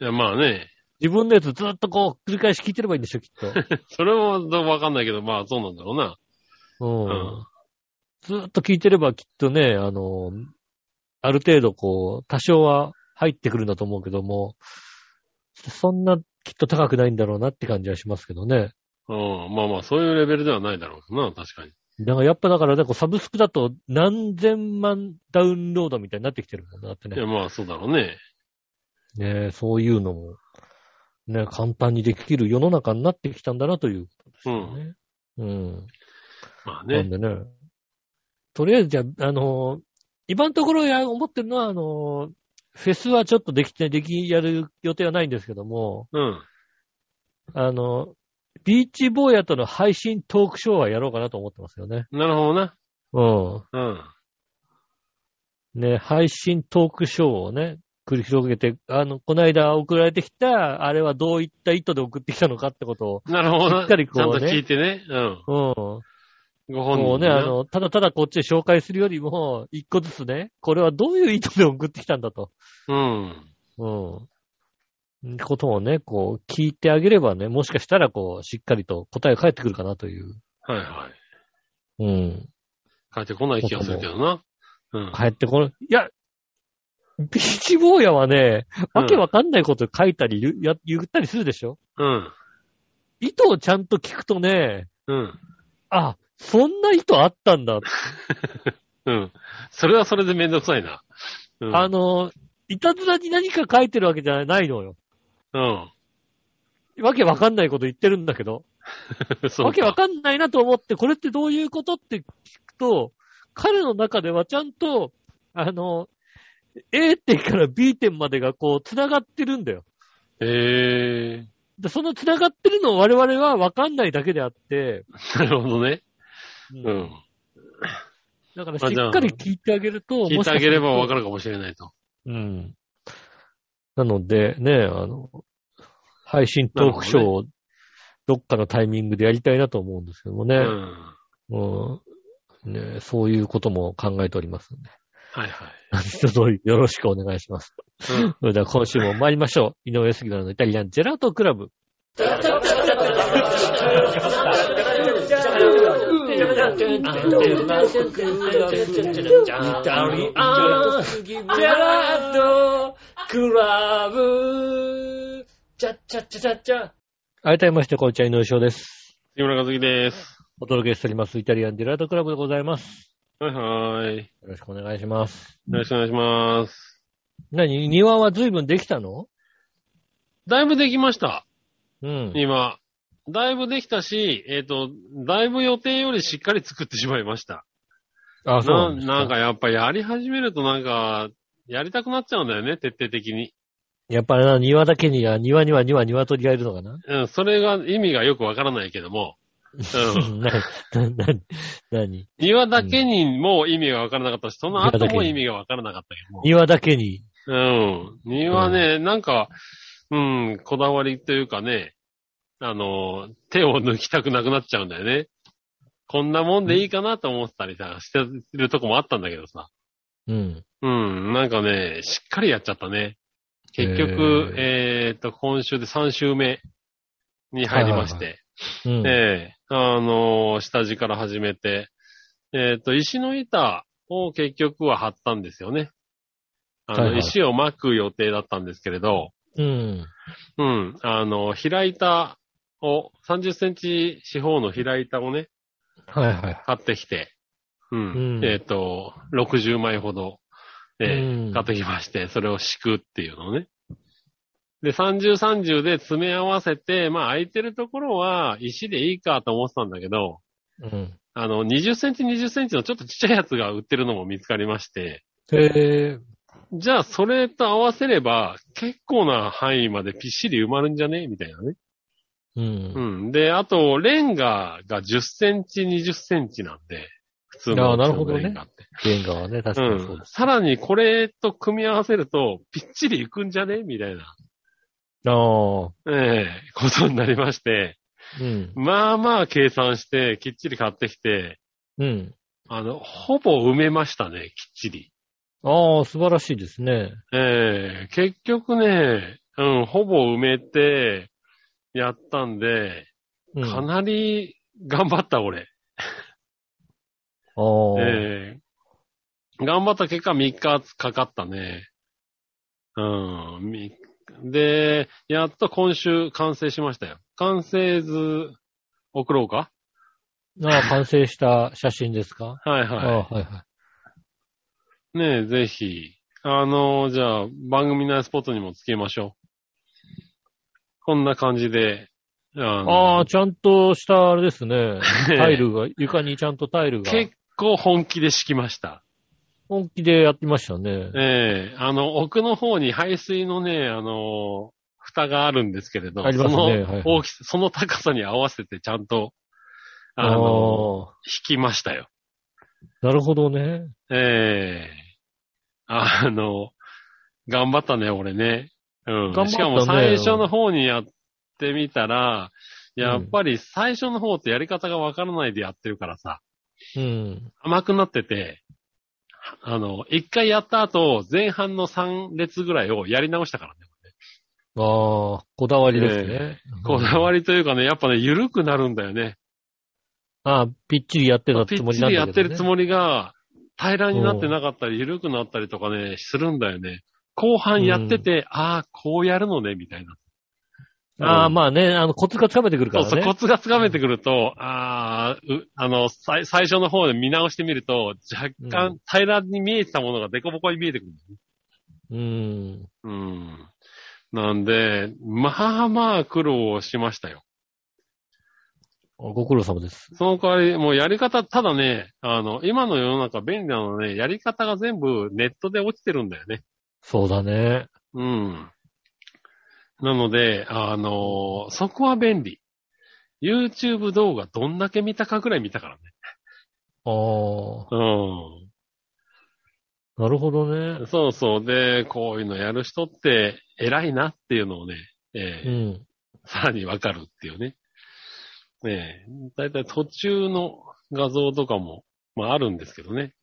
[SPEAKER 3] いや、まあね。
[SPEAKER 2] 自分のやつずっとこう繰り返し聴いてればいいんでしょ、きっと。
[SPEAKER 3] それはどうわかんないけど、まあそうなんだろうな。
[SPEAKER 2] うん
[SPEAKER 3] うん
[SPEAKER 2] ずーっと聞いてればきっとね、あの、ある程度こう、多少は入ってくるんだと思うけども、そんなきっと高くないんだろうなって感じはしますけどね。
[SPEAKER 3] うん。まあまあ、そういうレベルではないだろうな、確かに。
[SPEAKER 2] だからやっぱだからね、こうサブスクだと何千万ダウンロードみたいになってきてるもんなだって
[SPEAKER 3] いや、
[SPEAKER 2] ね。
[SPEAKER 3] まあそうだろうね。
[SPEAKER 2] ねそういうのも、ね、簡単にできる世の中になってきたんだなということですよね。うん
[SPEAKER 3] まあ
[SPEAKER 2] な
[SPEAKER 3] ね
[SPEAKER 2] ん。でね。とりあえずじゃあ、あのー今のところや思ってるのは、あのーフェスはちょっとできて、でき、やる予定はないんですけども、
[SPEAKER 3] うん。
[SPEAKER 2] あのービーチボーヤとの配信トークショーはやろうかなと思ってますよね。
[SPEAKER 3] なるほどな。
[SPEAKER 2] う
[SPEAKER 3] うん。
[SPEAKER 2] ん。ね、配信トークショーをね、繰り広げて、あの、この間送られてきた、あれはどういった意図で送ってきたのかってこと
[SPEAKER 3] なるほど
[SPEAKER 2] しっ
[SPEAKER 3] な。
[SPEAKER 2] かりこ
[SPEAKER 3] ちゃん
[SPEAKER 2] う
[SPEAKER 3] と
[SPEAKER 2] ね
[SPEAKER 3] 聞いてね。うん。
[SPEAKER 2] を、
[SPEAKER 3] ご
[SPEAKER 2] うん。
[SPEAKER 3] 本人
[SPEAKER 2] もうね、あ
[SPEAKER 3] な、
[SPEAKER 2] の、ただただこっちで紹介するよりも、一個ずつね、これはどういう意図で送ってきたんだと。
[SPEAKER 3] うん。
[SPEAKER 2] うん。ことをね、こう、聞いてあげればね、もしかしたら、こう、しっかりと答えが返ってくるかなという。
[SPEAKER 3] はいはい。
[SPEAKER 2] うん。
[SPEAKER 3] 帰ってこない気がするけどな。うん。
[SPEAKER 2] 帰ってこない。いや、ビーチ坊やはね、
[SPEAKER 3] うん
[SPEAKER 2] わけわかんないこと書いたり、ゆや言ったりするでしょ
[SPEAKER 3] うん。
[SPEAKER 2] 意図をちゃんと聞くとね、
[SPEAKER 3] うん。
[SPEAKER 2] あ、そんな意図あったんだ。
[SPEAKER 3] うん。それはそれでめんどくさいな。うん。
[SPEAKER 2] あの、いたずらに何か書いてるわけじゃないのよ。
[SPEAKER 3] うん。
[SPEAKER 2] わけわかんないこと言ってるんだけど。
[SPEAKER 3] そう
[SPEAKER 2] わけわかんないなと思って、これってどういうことって聞くと、彼の中ではちゃんと、あの、A 点から B 点までがこう、繋がってるんだよ。
[SPEAKER 3] へえ
[SPEAKER 2] でその繋がってるのを我々はわかんないだけであって、
[SPEAKER 3] ー。なるほどね。
[SPEAKER 2] う
[SPEAKER 3] う、ん。
[SPEAKER 2] だからし
[SPEAKER 3] あじゃあ
[SPEAKER 2] っかり聞いてあげると、
[SPEAKER 3] 聞いてあげればわ
[SPEAKER 2] か
[SPEAKER 3] かるかもしれないと。
[SPEAKER 2] る。うん。なので、ね、あの、配信トークショーをどっかのタイミングでやりたいなと思うんですけどもね
[SPEAKER 3] う。ん。
[SPEAKER 2] うんねそういうことも考えておりますんで
[SPEAKER 3] はいは
[SPEAKER 2] 一通りよろしくお願いします。
[SPEAKER 3] い。うん。
[SPEAKER 2] それでは今週も参りましょう。井上杉村のイタリアンジェラートクラブ。改めまして、こんにちは、井上翔です。
[SPEAKER 3] 杉村和樹です。
[SPEAKER 2] お届けしております、イタリアンジェラートクラブでございます。
[SPEAKER 3] はいはい。
[SPEAKER 2] よろしくお願いします。
[SPEAKER 3] よろしくお願いします。
[SPEAKER 2] 何庭は随分できたの
[SPEAKER 3] だいぶできました。
[SPEAKER 2] うん。
[SPEAKER 3] 今。だいぶできたし、えっ、と、だいぶ予定よりしっかり作ってしまいました。
[SPEAKER 2] あ、そう
[SPEAKER 3] な
[SPEAKER 2] なんです
[SPEAKER 3] なんかやっぱやり始めるとなんか、やりたくなっちゃうんだよね、徹底的に。
[SPEAKER 2] やっぱりな、庭だけには、庭には庭、鶏がいるのかな
[SPEAKER 3] うん、それが意味がよくわからないけども。 うん。
[SPEAKER 2] な、な、な、何
[SPEAKER 3] 庭だけにも意味がわからなかったし、その後も意味がわからなかったけども。
[SPEAKER 2] 庭だけに。
[SPEAKER 3] うん。庭ね、なんか、うん、こだわりというかね、あの、手を抜きたくなくなっちゃうんだよね。こんなもんでいいかなと思ってたりさ、してるとこもあったんだけどさ。
[SPEAKER 2] うん。
[SPEAKER 3] うん、なんかね、しっかりやっちゃったね。結局、えーっと、今週で3週目に入りまして、
[SPEAKER 2] うん。
[SPEAKER 3] ええあのー下地から始めて、えーっと、石の板を結局は張ったんですよね。あの、
[SPEAKER 2] はいはい
[SPEAKER 3] 石を巻く予定だったんですけれど、
[SPEAKER 2] うん。
[SPEAKER 3] うん、あの、平板を、30センチ四方の平板をね、
[SPEAKER 2] はいはい。
[SPEAKER 3] 買ってきて、うん、
[SPEAKER 2] うん
[SPEAKER 3] えーっと、60枚ほど、ええ
[SPEAKER 2] うん
[SPEAKER 3] 買ってきまして、それを敷くっていうのをね。で、30、30で詰め合わせて、まあ空いてるところは石でいいかと思ってたんだけど、
[SPEAKER 2] うん。
[SPEAKER 3] あの、20センチ、20センチのちょっとちっちゃいやつが売ってるのも見つかりまして、
[SPEAKER 2] へえ。
[SPEAKER 3] じゃあそれと合わせれば結構な範囲までぴっしり埋まるんじゃねみたいなね。
[SPEAKER 2] う。
[SPEAKER 3] うんん。で、あと、レンガが10センチ、20センチなんで、普通
[SPEAKER 2] あ
[SPEAKER 3] の
[SPEAKER 2] あなるほどね
[SPEAKER 3] レンガって。
[SPEAKER 2] レンガはね、確
[SPEAKER 3] う
[SPEAKER 2] かにそうで
[SPEAKER 3] ん。
[SPEAKER 2] す。
[SPEAKER 3] さらにこれと組み合わせると、ぴっちりいくんじゃねみたいな、
[SPEAKER 2] ああ。
[SPEAKER 3] ええことになりまして、
[SPEAKER 2] うん。
[SPEAKER 3] まあまあ計算して、きっちり買ってきて、
[SPEAKER 2] うん。
[SPEAKER 3] あの、ほぼ埋めましたね、きっちり。
[SPEAKER 2] ああ、素晴らしいですね。
[SPEAKER 3] ええ結局ね、うん、ほぼ埋めて、やったんで、
[SPEAKER 2] うん。
[SPEAKER 3] か
[SPEAKER 2] あ
[SPEAKER 3] なり頑張った、俺。
[SPEAKER 2] あー。
[SPEAKER 3] ええ頑張った結果3日かかったね。うん。みで、やっと今週完成しましたよ。完成図、送ろうか
[SPEAKER 2] ああ、完成した写真ですか
[SPEAKER 3] はい
[SPEAKER 2] あ
[SPEAKER 3] は。
[SPEAKER 2] あ、はいはい
[SPEAKER 3] ねえ、ぜひ。あの、じゃあ、番組内スポットにもつけましょう。こんな感じで。あ
[SPEAKER 2] い。あ
[SPEAKER 3] の
[SPEAKER 2] あ、ちゃんとしたあれですね。タイ
[SPEAKER 3] え
[SPEAKER 2] ルが、床にちゃんとタイル
[SPEAKER 3] え
[SPEAKER 2] が。
[SPEAKER 3] 結構本気で敷きました。
[SPEAKER 2] 本気でやってましたね。
[SPEAKER 3] ええあの、奥の方に排水のね、あの、蓋があるんですけれど、
[SPEAKER 2] ありますね
[SPEAKER 3] そ
[SPEAKER 2] はいはい
[SPEAKER 3] の大きさ、その高さに合わせてちゃんと、あ
[SPEAKER 2] あ
[SPEAKER 3] の、
[SPEAKER 2] ー
[SPEAKER 3] 引きましたよ。
[SPEAKER 2] なるほどね。
[SPEAKER 3] ええあの、頑張ったね、俺ね。うん。
[SPEAKER 2] 頑張ったね
[SPEAKER 3] しかも最初の方にやってみたら、やっぱり最初の方ってやり方がわからないでやってるからさ、
[SPEAKER 2] うん。
[SPEAKER 3] 甘くなってて、あの、一回やった後、前半の3列ぐらいをやり直したからね。
[SPEAKER 2] ああ、こだわりですね。
[SPEAKER 3] こだわ
[SPEAKER 2] り。
[SPEAKER 3] りというかね、やっぱね、緩くなるんだよね。
[SPEAKER 2] ああ、ぴっちりやってた
[SPEAKER 3] ピ
[SPEAKER 2] つ
[SPEAKER 3] ッ
[SPEAKER 2] もり
[SPEAKER 3] チ
[SPEAKER 2] なん
[SPEAKER 3] で
[SPEAKER 2] だ
[SPEAKER 3] や
[SPEAKER 2] け
[SPEAKER 3] っ
[SPEAKER 2] ど、ね。
[SPEAKER 3] てるつもりが、平らになってなかったり、緩くなったりとかね、するんだよね。後半やってて、ああ、こうやるのね、みたいな。
[SPEAKER 2] ああ、まあね、あの、コツがつかめてくるか
[SPEAKER 3] そう
[SPEAKER 2] ら
[SPEAKER 3] そ
[SPEAKER 2] ね。
[SPEAKER 3] う、コツがつかめてくると、ああ、うあの、最最初の方で見直してみると、若
[SPEAKER 2] う
[SPEAKER 3] 干平らに見えてたものがデコボコに見えてくる。
[SPEAKER 2] うん。
[SPEAKER 3] うん。なんで、まあまあ苦労をしましたよ。
[SPEAKER 2] ご苦労様です。
[SPEAKER 3] その代わり、もうやり方、ただね、あの、今の世の中便利なのね、やり方が全部ネットで落ちてるんだよね。
[SPEAKER 2] そうだね。
[SPEAKER 3] うん。なので、あの、そこは便利。YouTube 動画どんだけ見たかぐらい見たからね。
[SPEAKER 2] ああ、
[SPEAKER 3] う
[SPEAKER 2] なるほどね
[SPEAKER 3] ん。。そうそう。で、こういうのやる人って偉いなっていうのをね、え
[SPEAKER 2] う
[SPEAKER 3] ー
[SPEAKER 2] ん。
[SPEAKER 3] さらにわかるっていうね。ねえ、だいたい途中の画像とかも、まああるんですけどね。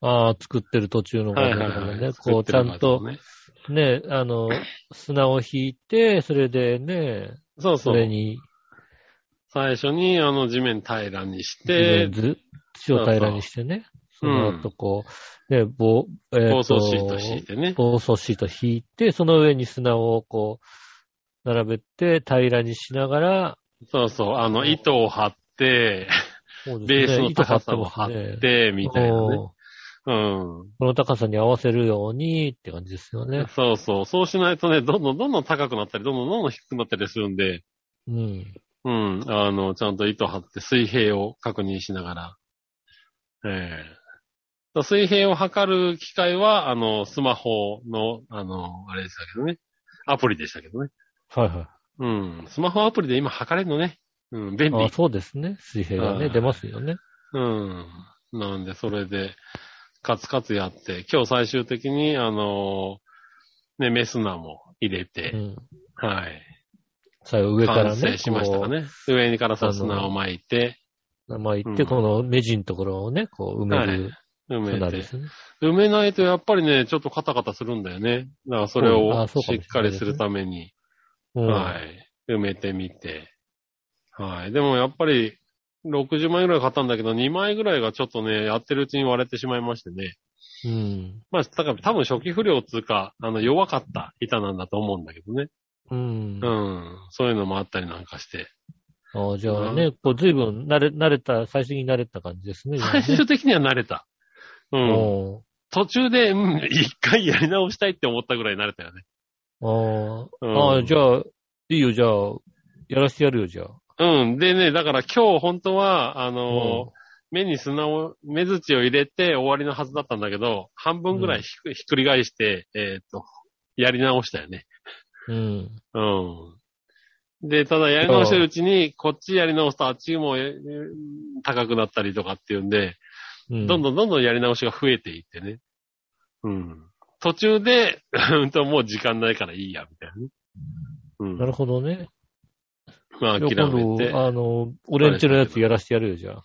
[SPEAKER 2] ああ、作ってる途中の画像とか ね。こう、ちゃんと、
[SPEAKER 3] ね。
[SPEAKER 2] ね、あの、砂を引いて、それでね、
[SPEAKER 3] そうそ。
[SPEAKER 2] そうれに、
[SPEAKER 3] 最初に、あの、地面平らにして、
[SPEAKER 2] ず土を平らにしてね。そ
[SPEAKER 3] そうそう
[SPEAKER 2] の後こう、ね、棒、えーと
[SPEAKER 3] 放送シート敷いてね。
[SPEAKER 2] 暴走シート引いて、その上に砂をこう、並べて平らにしながら、
[SPEAKER 3] そうそう。あの、糸を張 って、
[SPEAKER 2] そう
[SPEAKER 3] ベー
[SPEAKER 2] です
[SPEAKER 3] ス
[SPEAKER 2] ね
[SPEAKER 3] の高さを張っ、て、みたいなね。
[SPEAKER 2] こ
[SPEAKER 3] うん。
[SPEAKER 2] の高さに合わせるようにって感じですよね。
[SPEAKER 3] そうそう。そうしないとね、どんどんどんどん高くなったり、どんどんどんどん低くなったりするんで、
[SPEAKER 2] うん。
[SPEAKER 3] うん。あの、ちゃんと糸張って水平を確認しながら。ええ水平を測る機械は、あの、スマホの、あの、あれでしたけどね。アプリでしたけどね。
[SPEAKER 2] はいは
[SPEAKER 3] うん。スマホアプリで今測れるのね。うん、便
[SPEAKER 2] い。あ
[SPEAKER 3] 利。
[SPEAKER 2] そうですね。水平が
[SPEAKER 3] は
[SPEAKER 2] ね、
[SPEAKER 3] い
[SPEAKER 2] 出ますよね。
[SPEAKER 3] うん。なんで、それで、カツカツやって、今日最終的に、あのーね、メスナも入れ
[SPEAKER 2] う
[SPEAKER 3] て、
[SPEAKER 2] ん。
[SPEAKER 3] はい。
[SPEAKER 2] 最後上から
[SPEAKER 3] 完
[SPEAKER 2] ね。
[SPEAKER 3] 成しましたかね。上にからさ、砂を巻いて、
[SPEAKER 2] こう。まあ行って、
[SPEAKER 3] うん
[SPEAKER 2] この目地のところをね、こう埋める
[SPEAKER 3] 埋
[SPEAKER 2] 砂
[SPEAKER 3] め
[SPEAKER 2] で
[SPEAKER 3] て。
[SPEAKER 2] すね。
[SPEAKER 3] 埋めないとやっぱりね、ちょっとカタカタするんだよね。だからそれ
[SPEAKER 2] うんあ
[SPEAKER 3] を
[SPEAKER 2] そうかもしれないですね
[SPEAKER 3] しっかりするために、
[SPEAKER 2] うん
[SPEAKER 3] はい。埋めてみて。はい。でもやっぱり、60枚ぐらい買ったんだけど、2枚ぐらいがちょっとね、やってるうちに割れてしまいましてね。
[SPEAKER 2] うん。
[SPEAKER 3] まあ、だから多分初期不良つうか、あの、弱かった板なんだと思うんだけどね。
[SPEAKER 2] うん
[SPEAKER 3] う。ん。そういうのもあったりなんかして。
[SPEAKER 2] ああ、じゃあね、こう、随分慣れ、慣れた、最初に慣れた感じですね。じゃあね
[SPEAKER 3] 最終的には慣れた。うん。
[SPEAKER 2] お
[SPEAKER 3] 途中で、うん、一回やり直したいって思ったぐらい慣れたよね。
[SPEAKER 2] ああ、
[SPEAKER 3] うん
[SPEAKER 2] ああ、じゃあ、いいよ、じゃあ、やらしてやるよ、じゃあ。
[SPEAKER 3] うん。でね、だから今日本当は、あの、目に砂を、目槌を入れて終わりのはずだったんだけど、半分ぐらいひ,、ひっくり返して、えーっと、やり直したよね。
[SPEAKER 2] うん。
[SPEAKER 3] うん。で、ただやり直してるうちに、こっちやり直すとあっちもえー高くなったりとかっていうんで、
[SPEAKER 2] うん
[SPEAKER 3] どんどんどんどんやり直しが増えていってね。うん。途中で、 うんともう時間ないからいいや、みたいなね。うん。
[SPEAKER 2] なるほどね。
[SPEAKER 3] まあ
[SPEAKER 2] じゃあ
[SPEAKER 3] 諦
[SPEAKER 2] 今
[SPEAKER 3] めて。
[SPEAKER 2] 度、あの、俺んちのやつやらしてやるよ、じゃあ。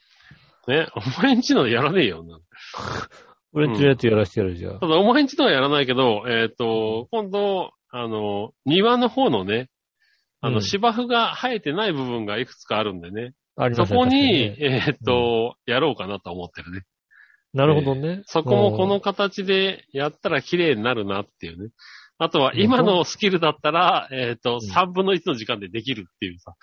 [SPEAKER 3] ね、お前んちのやらねえよ。
[SPEAKER 2] 俺んちのやつやらしてやるよじゃあ
[SPEAKER 3] た。だ、お前んちのはやらないけど、えっ、と、今度、あの、庭の方のね、あ
[SPEAKER 2] う
[SPEAKER 3] の、
[SPEAKER 2] ん
[SPEAKER 3] 芝生が生えてない部分がいくつかあるんでね。
[SPEAKER 2] ありま
[SPEAKER 3] そ
[SPEAKER 2] す
[SPEAKER 3] こに、
[SPEAKER 2] ね
[SPEAKER 3] えっ、と、やろうかなと思ってるね。
[SPEAKER 2] なるほどね。
[SPEAKER 3] そこもこの形でやったら綺麗になるなっていうね。あとは、今のスキルだったら、えっ、と、
[SPEAKER 2] ん
[SPEAKER 3] 3分の1の時間でできるっていうさ。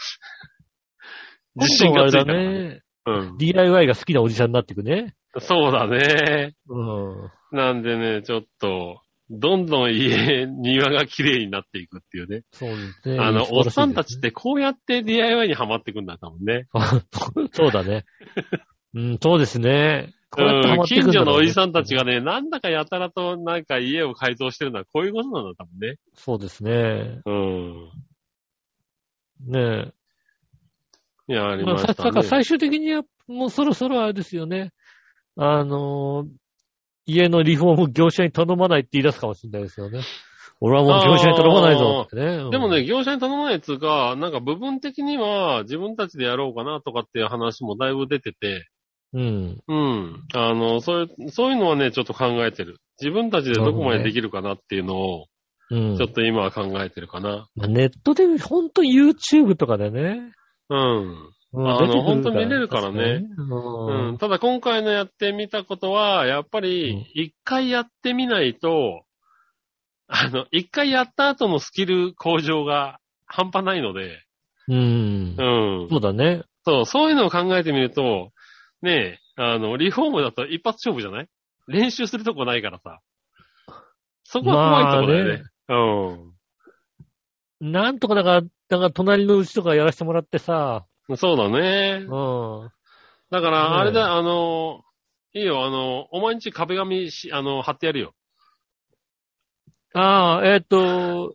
[SPEAKER 2] うん、
[SPEAKER 3] 自信がついた
[SPEAKER 2] 今度
[SPEAKER 3] から
[SPEAKER 2] はあれだ
[SPEAKER 3] ね。
[SPEAKER 2] ね。
[SPEAKER 3] うん。
[SPEAKER 2] DIY が好きなおじさんになっていくね。
[SPEAKER 3] そうだね。
[SPEAKER 2] うん。
[SPEAKER 3] なんでね、ちょっと、どんどん家、庭が綺麗になっていくっていうね。
[SPEAKER 2] そうですね。
[SPEAKER 3] あの、
[SPEAKER 2] 素
[SPEAKER 3] お
[SPEAKER 2] 晴らしい
[SPEAKER 3] っ
[SPEAKER 2] です
[SPEAKER 3] さんたちってこうやって DIY にハマってくんだ、多分ね。
[SPEAKER 2] あそう そうだね。うん、そうですね。こうやってハマ
[SPEAKER 3] ん、
[SPEAKER 2] っていく
[SPEAKER 3] 近
[SPEAKER 2] んだ
[SPEAKER 3] 所の
[SPEAKER 2] ろうね
[SPEAKER 3] おじさんたちがね、なんだかやたらとなんか家を改造してるのはこういうことなんだ、多分ね。
[SPEAKER 2] そうですね。
[SPEAKER 3] うん。
[SPEAKER 2] ね
[SPEAKER 3] いや、あ
[SPEAKER 2] え。
[SPEAKER 3] り
[SPEAKER 2] ま
[SPEAKER 3] ま
[SPEAKER 2] あ、さ
[SPEAKER 3] し
[SPEAKER 2] だ
[SPEAKER 3] た
[SPEAKER 2] から
[SPEAKER 3] ね。
[SPEAKER 2] 最終的には、もうそろそろあれですよね。あのー家のリフォーム業者に頼まないって言い出すかもしれないですよね。俺はもう業者に頼まないぞってね。うん
[SPEAKER 3] でもね、、業者に頼まないやつが、なんか部分的には自分たちでやろうかなとかっていう話もだいぶ出てて、
[SPEAKER 2] うん。
[SPEAKER 3] うん。あの、そういう、そういうのはね、ちょっと考えてる。自分たちでどこまでできるかなっていうのを、
[SPEAKER 2] うん
[SPEAKER 3] ちょっと今は考えてるかな。
[SPEAKER 2] まあネットで、ほんと YouTube とかでね。
[SPEAKER 3] う
[SPEAKER 2] う
[SPEAKER 3] ん。
[SPEAKER 2] ん
[SPEAKER 3] あの
[SPEAKER 2] 出てくる
[SPEAKER 3] ほんと見れるからね
[SPEAKER 2] 確かに
[SPEAKER 3] うん。ただ今回のやってみたことは、やっぱ
[SPEAKER 2] うん
[SPEAKER 3] り、一回やってみないと、あの、一回やった後のスキル向上が半端ないので、
[SPEAKER 2] うん。
[SPEAKER 3] う
[SPEAKER 2] うん。
[SPEAKER 3] ん
[SPEAKER 2] そ。うだね。
[SPEAKER 3] そう、そういうのを考えてみると、ねえ、あの、リフォームだと一発勝負じゃない練習するとこないからさ。そこは怖いとこだよね。
[SPEAKER 2] なんとかだから、だから隣のうちとかやらせてもらってさ、
[SPEAKER 3] うん。そうだね
[SPEAKER 2] う。ん。
[SPEAKER 3] だから、
[SPEAKER 2] ね
[SPEAKER 3] あれだ、あの、いいよ、あの、お前んち壁紙し、あの、貼ってやるよ。
[SPEAKER 2] ああ、えーっ、 と、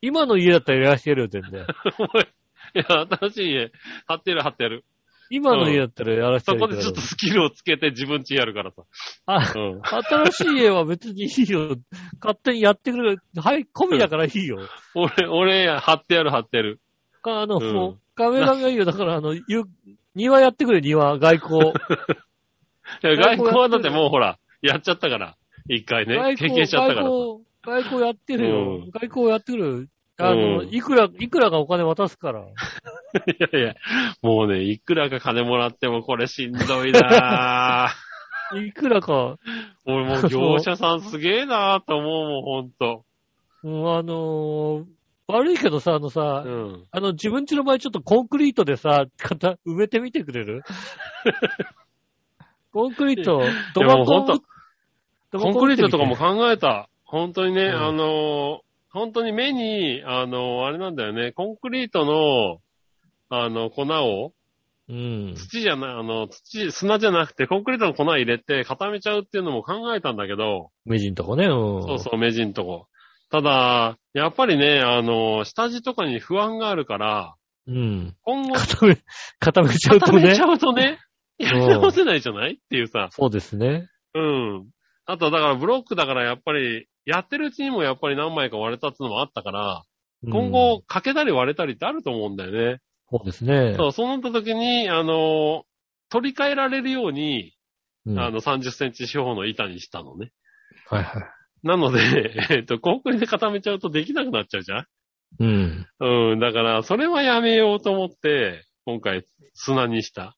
[SPEAKER 2] 今の家だったらやらしてやるよ、全然。
[SPEAKER 3] お前 いや、新しい家、貼ってやる、貼ってやる。
[SPEAKER 2] 今の家だったらやらして
[SPEAKER 3] そ
[SPEAKER 2] やる
[SPEAKER 3] こ
[SPEAKER 2] け
[SPEAKER 3] で
[SPEAKER 2] ど。
[SPEAKER 3] ちょっとスキルをつけて自分ちやるからさ。
[SPEAKER 2] あ、
[SPEAKER 3] うん。
[SPEAKER 2] 新しい家は別にいいよ。勝手にやってくれる。はい、込みだからいいよ。
[SPEAKER 3] 俺、俺、貼ってやる、貼ってやる。
[SPEAKER 2] か、あの、
[SPEAKER 3] うん
[SPEAKER 2] もう、カメラがいいよ。だから、あの、ゆ庭やってくれ、庭、外交。
[SPEAKER 3] いや、
[SPEAKER 2] 外
[SPEAKER 3] 外
[SPEAKER 2] 交
[SPEAKER 3] 交はだってもうほら、やっちゃったから。一回
[SPEAKER 2] 外
[SPEAKER 3] ね、経
[SPEAKER 2] 交、
[SPEAKER 3] 験しちゃったからさ。
[SPEAKER 2] 外交、外交やってるよ。
[SPEAKER 3] うん
[SPEAKER 2] 外交やってくる。あの、
[SPEAKER 3] うん
[SPEAKER 2] いくら、いくらがお金渡すから。
[SPEAKER 3] いやいや、もうね、いくらか金もらってもこれしんどいなぁ。
[SPEAKER 2] いくらか、
[SPEAKER 3] 俺もう業者さんすげえなぁと思うもん、ほんと。
[SPEAKER 2] うん、あのー悪いけどさ、あのさ、
[SPEAKER 3] うん。
[SPEAKER 2] あの、自分家の場合ちょっとコンクリートでさ、型埋めてみてくれ るコンクリート、
[SPEAKER 3] い
[SPEAKER 2] ド
[SPEAKER 3] や
[SPEAKER 2] バ
[SPEAKER 3] もう
[SPEAKER 2] コン
[SPEAKER 3] ほんと
[SPEAKER 2] ドバ
[SPEAKER 3] コン
[SPEAKER 2] コ
[SPEAKER 3] ク
[SPEAKER 2] ン打
[SPEAKER 3] リ
[SPEAKER 2] っ
[SPEAKER 3] ー
[SPEAKER 2] てみて
[SPEAKER 3] トとかも。考えた。本当にね、
[SPEAKER 2] うん
[SPEAKER 3] あの、本当に目に、あの、あれなんだよね、コンクリートの、あの、粉を、
[SPEAKER 2] うん。
[SPEAKER 3] 土じゃな、あの、土、砂じゃなくて、コンクリートの粉入れて固めちゃうっていうのも考えたんだけど、
[SPEAKER 2] 名人とかね、うん。
[SPEAKER 3] そうそう、名人とこ。ただ、やっぱりね、あの、下地とかに不安があるから、
[SPEAKER 2] う。うん。
[SPEAKER 3] 今 後、
[SPEAKER 2] 固め、固めちゃうと
[SPEAKER 3] 固め
[SPEAKER 2] ね
[SPEAKER 3] ち。ゃうとね、
[SPEAKER 2] ん
[SPEAKER 3] やり直せないじゃないっていうさ。
[SPEAKER 2] そうですね。
[SPEAKER 3] うん。あと、だからブロックだからやっぱり、やってるうちにもやっぱり何枚か割れたってのもあったから、
[SPEAKER 2] うん
[SPEAKER 3] 今後、、かけたり割れたりってあると思うんだよね。
[SPEAKER 2] そうですね。
[SPEAKER 3] そう、そうなった時に、あの、取り替えられるように、
[SPEAKER 2] うん
[SPEAKER 3] あの、30センチ四方の板にしたのね。
[SPEAKER 2] はいはい。
[SPEAKER 3] なので、 えっと、コンクリで固めちゃうとできなくなっちゃうじゃん
[SPEAKER 2] うん。
[SPEAKER 3] うん、だから、それはやめようと思って、今回、砂にした。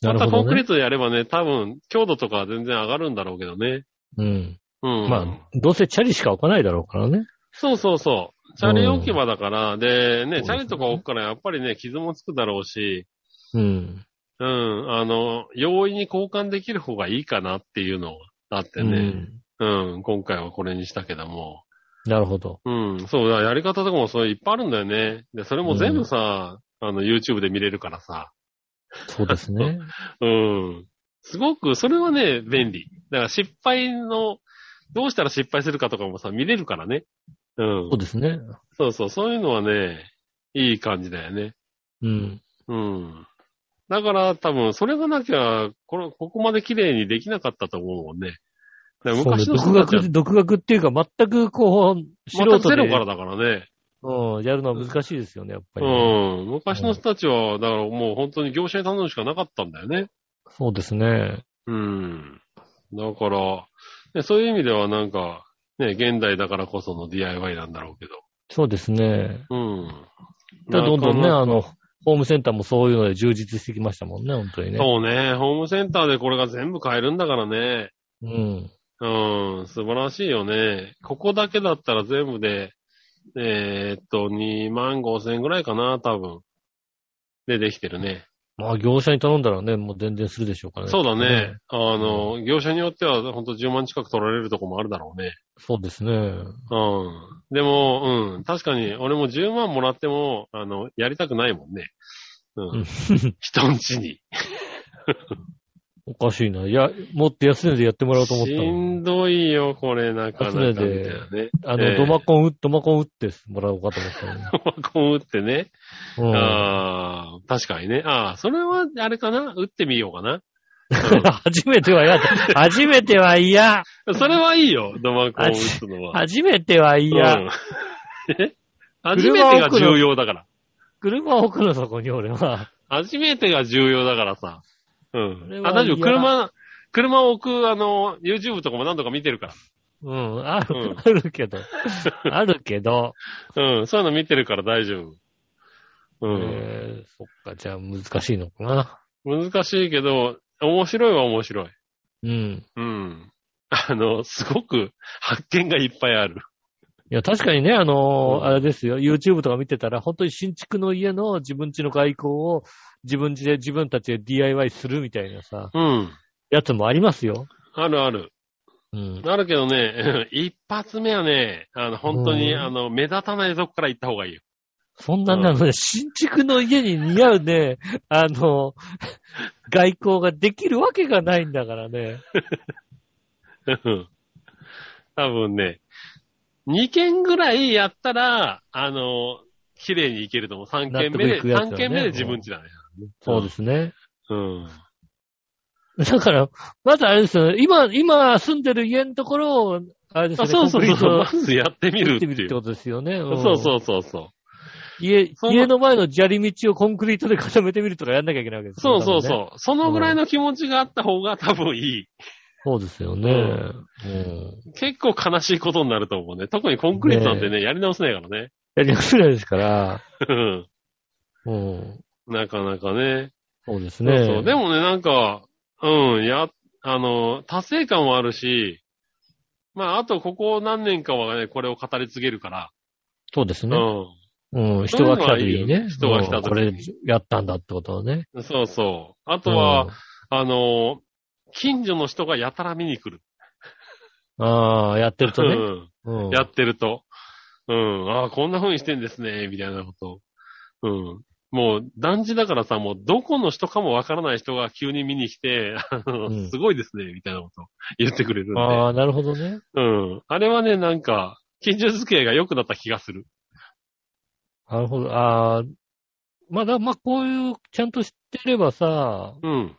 [SPEAKER 2] なる
[SPEAKER 3] またコ
[SPEAKER 2] ほ
[SPEAKER 3] ン
[SPEAKER 2] ど
[SPEAKER 3] クリ
[SPEAKER 2] ね
[SPEAKER 3] ー。トでやればね、多分、強度とかは全然上がるんだろうけどね。
[SPEAKER 2] うん。
[SPEAKER 3] うん。
[SPEAKER 2] まあ、どうせチャリしか置かないだろうからね。
[SPEAKER 3] そうそうそう。チャリ置き場だから、
[SPEAKER 2] そ
[SPEAKER 3] で、ね、
[SPEAKER 2] うですね
[SPEAKER 3] チャリとか置くからやっぱりね、傷もつくだろうし、
[SPEAKER 2] うん。
[SPEAKER 3] うん、あの、容易に交換できる方がいいかなっていうのがあってね、
[SPEAKER 2] ん
[SPEAKER 3] うん、今回はこれにしたけども、
[SPEAKER 2] なるほど。
[SPEAKER 3] うん、そう、だからやり方とかもそういっぱいあるんだよね。で、それも全部さ、あの、YouTube で見れるからさ、
[SPEAKER 2] そうですね。
[SPEAKER 3] うん。すごく、それはね、便利。だから失敗の、どうしたら失敗するかとかもさ、見れるからね。う。
[SPEAKER 2] そうんですね。
[SPEAKER 3] そうそう、そういうのはね、いい感じだよね。
[SPEAKER 2] うん。
[SPEAKER 3] うん。だから多分、それがなきゃ、これ、ここまで綺麗にできなかったと思うもんね。だから
[SPEAKER 2] そうね
[SPEAKER 3] 昔の人
[SPEAKER 2] 独
[SPEAKER 3] たちは
[SPEAKER 2] 学、独学っていうか、全くこう、素
[SPEAKER 3] 全く
[SPEAKER 2] 人で、
[SPEAKER 3] ゼロからだからね。
[SPEAKER 2] うん、やるのは難しいですよね、やっぱりね、
[SPEAKER 3] うん。昔の人たちは、だからもう本当に業者に頼むしかなかったんだよね。
[SPEAKER 2] そうですね。
[SPEAKER 3] うん。だから、ねそういう意味ではなんか、ね、現代だからこその DIY なんだろうけ
[SPEAKER 2] そうですね。
[SPEAKER 3] ど。うん。
[SPEAKER 2] だからどんどんね、
[SPEAKER 3] なか
[SPEAKER 2] あの、ホームセンターもそういうので充実してきましたもんね、本当にね。
[SPEAKER 3] なかそうね、ホームセンターでこれが全部買えるんだからね。
[SPEAKER 2] うん。
[SPEAKER 3] うん、素晴らしいよね。ここだけだったら全部で、えーっと、2万5千円ぐらいかな、多分。で、できてるね。
[SPEAKER 2] まあ、業者に頼んだらね、もう全然するでしょうからね。
[SPEAKER 3] そうだね。。あの、業者によっては、ほんと10万近く取られるとこもあるだろうね。
[SPEAKER 2] そうですね。
[SPEAKER 3] うん。でも、うん。確かに、俺も10万もらっても、あの、やりたくないもんね。う
[SPEAKER 2] うん
[SPEAKER 3] ん。人んちに。
[SPEAKER 2] おかしいな。いや、もっと安値でやってもらおうと思った
[SPEAKER 3] し
[SPEAKER 2] のに
[SPEAKER 3] んどいよ、これ、なかなか。みたいな ね。
[SPEAKER 2] あの、
[SPEAKER 3] ええ
[SPEAKER 2] ドマコン打、ドマコン打ってもらおうかと思った のに
[SPEAKER 3] ドマコン打ってね。
[SPEAKER 2] うん
[SPEAKER 3] ああ、確かにね。ああ、それは、あれかな打ってみようかな。
[SPEAKER 2] 初めては嫌だ。初めては嫌。
[SPEAKER 3] それはいいよ、ドマコン打つのは。
[SPEAKER 2] 初めては
[SPEAKER 3] う
[SPEAKER 2] 嫌。
[SPEAKER 3] ん。 え初めてが重要だから。
[SPEAKER 2] 車を置くのそこに俺は。
[SPEAKER 3] 初めてが重要だからさ。う
[SPEAKER 2] それ
[SPEAKER 3] ん。
[SPEAKER 2] は
[SPEAKER 3] あ、大丈夫。
[SPEAKER 2] 嫌だ
[SPEAKER 3] 車、車を置く、あの、YouTube とかも何度か見てるか
[SPEAKER 2] うん、ある、
[SPEAKER 3] うん
[SPEAKER 2] ある けど。あるけど。
[SPEAKER 3] ら。うん。そういうの見てるから大丈夫。うん。
[SPEAKER 2] えーそっか、じゃあ難しいのかな。
[SPEAKER 3] 難しいけど、面白いは面白い。
[SPEAKER 2] うん。
[SPEAKER 3] うん。あの、すごく発見がいっぱいある。
[SPEAKER 2] いや、確かにね、あのー
[SPEAKER 3] うん
[SPEAKER 2] あれですよ、YouTube とか見てたら、本当に新築の家の自分家の外交を自分家で自分たちで DIY するみたいなさ、
[SPEAKER 3] うん。
[SPEAKER 2] やつもありますよ。
[SPEAKER 3] あるある。
[SPEAKER 2] うん。
[SPEAKER 3] あるけどね、 一発目はね、あの、本当に、
[SPEAKER 2] うん
[SPEAKER 3] あの、目立たないとこから行った方がいいよ。
[SPEAKER 2] そんななのね、新築の家に似合うね、あの、外交ができるわけがないんだからね。
[SPEAKER 3] うん多分ね、2件ぐらいやったら、あの、綺麗にいけると思う。3
[SPEAKER 2] 納
[SPEAKER 3] 件目
[SPEAKER 2] 得
[SPEAKER 3] で、
[SPEAKER 2] いくやつだね
[SPEAKER 3] 3件目で自分家だね。
[SPEAKER 2] そうですね。
[SPEAKER 3] うん。
[SPEAKER 2] だから、まずあれですよね、今、今住んでる家のところを、あれです
[SPEAKER 3] あ
[SPEAKER 2] ね、
[SPEAKER 3] そうそう
[SPEAKER 2] コンクリー
[SPEAKER 3] そう。
[SPEAKER 2] トを
[SPEAKER 3] まずやってみる
[SPEAKER 2] 打
[SPEAKER 3] っ
[SPEAKER 2] っててみる
[SPEAKER 3] い
[SPEAKER 2] って
[SPEAKER 3] う。
[SPEAKER 2] ことですよね。ん
[SPEAKER 3] そうそうそうそう。
[SPEAKER 2] 家、
[SPEAKER 3] そんな
[SPEAKER 2] 家の前の砂利道をコンクリートで固めてみるとかやんなきゃいけないわけです
[SPEAKER 3] そうそう
[SPEAKER 2] う。
[SPEAKER 3] そう。そのぐらいの気持ちがあった方が多分い
[SPEAKER 2] そうですよね。
[SPEAKER 3] うん
[SPEAKER 2] うん。
[SPEAKER 3] い。結構悲しいことになると思うね。特にコンクリートなんてね、やり直せないからね。
[SPEAKER 2] やりやすいですから。
[SPEAKER 3] うん
[SPEAKER 2] うん。
[SPEAKER 3] なかなかね。
[SPEAKER 2] そうです
[SPEAKER 3] そう
[SPEAKER 2] ね。
[SPEAKER 3] そう。でもね、なんか、うん、や、あの、達成感もあるし、まあ、あとここ何年かはね、これを語り継げるから。
[SPEAKER 2] そうですね。
[SPEAKER 3] う
[SPEAKER 2] うん。人が来た時にね。
[SPEAKER 3] そういうのはいいよ人が来た時に
[SPEAKER 2] うんこれやったんだってことをね。
[SPEAKER 3] ん。そうそう。あ
[SPEAKER 2] あ
[SPEAKER 3] とは、、あの、近所の人がやたら見に来る。
[SPEAKER 2] ああ、やってるとね。
[SPEAKER 3] う。
[SPEAKER 2] うんん
[SPEAKER 3] やってると。うん。ああ、こんな風にしてんですね、みたいなこと。うん。もう、団地だからさ、もう、どこの人かもわからない人が急に見に来て、あ
[SPEAKER 2] う
[SPEAKER 3] の、
[SPEAKER 2] ん
[SPEAKER 3] すごいですね、みたいなこと言ってくれるんで。
[SPEAKER 2] ああ、なるほどね。
[SPEAKER 3] うん。あれはね、なんか、近所付き合いが良くなった気がする。
[SPEAKER 2] なるほど。ああ、まあだ、まあ、こういう、ちゃんと知ってればさ、
[SPEAKER 3] うん。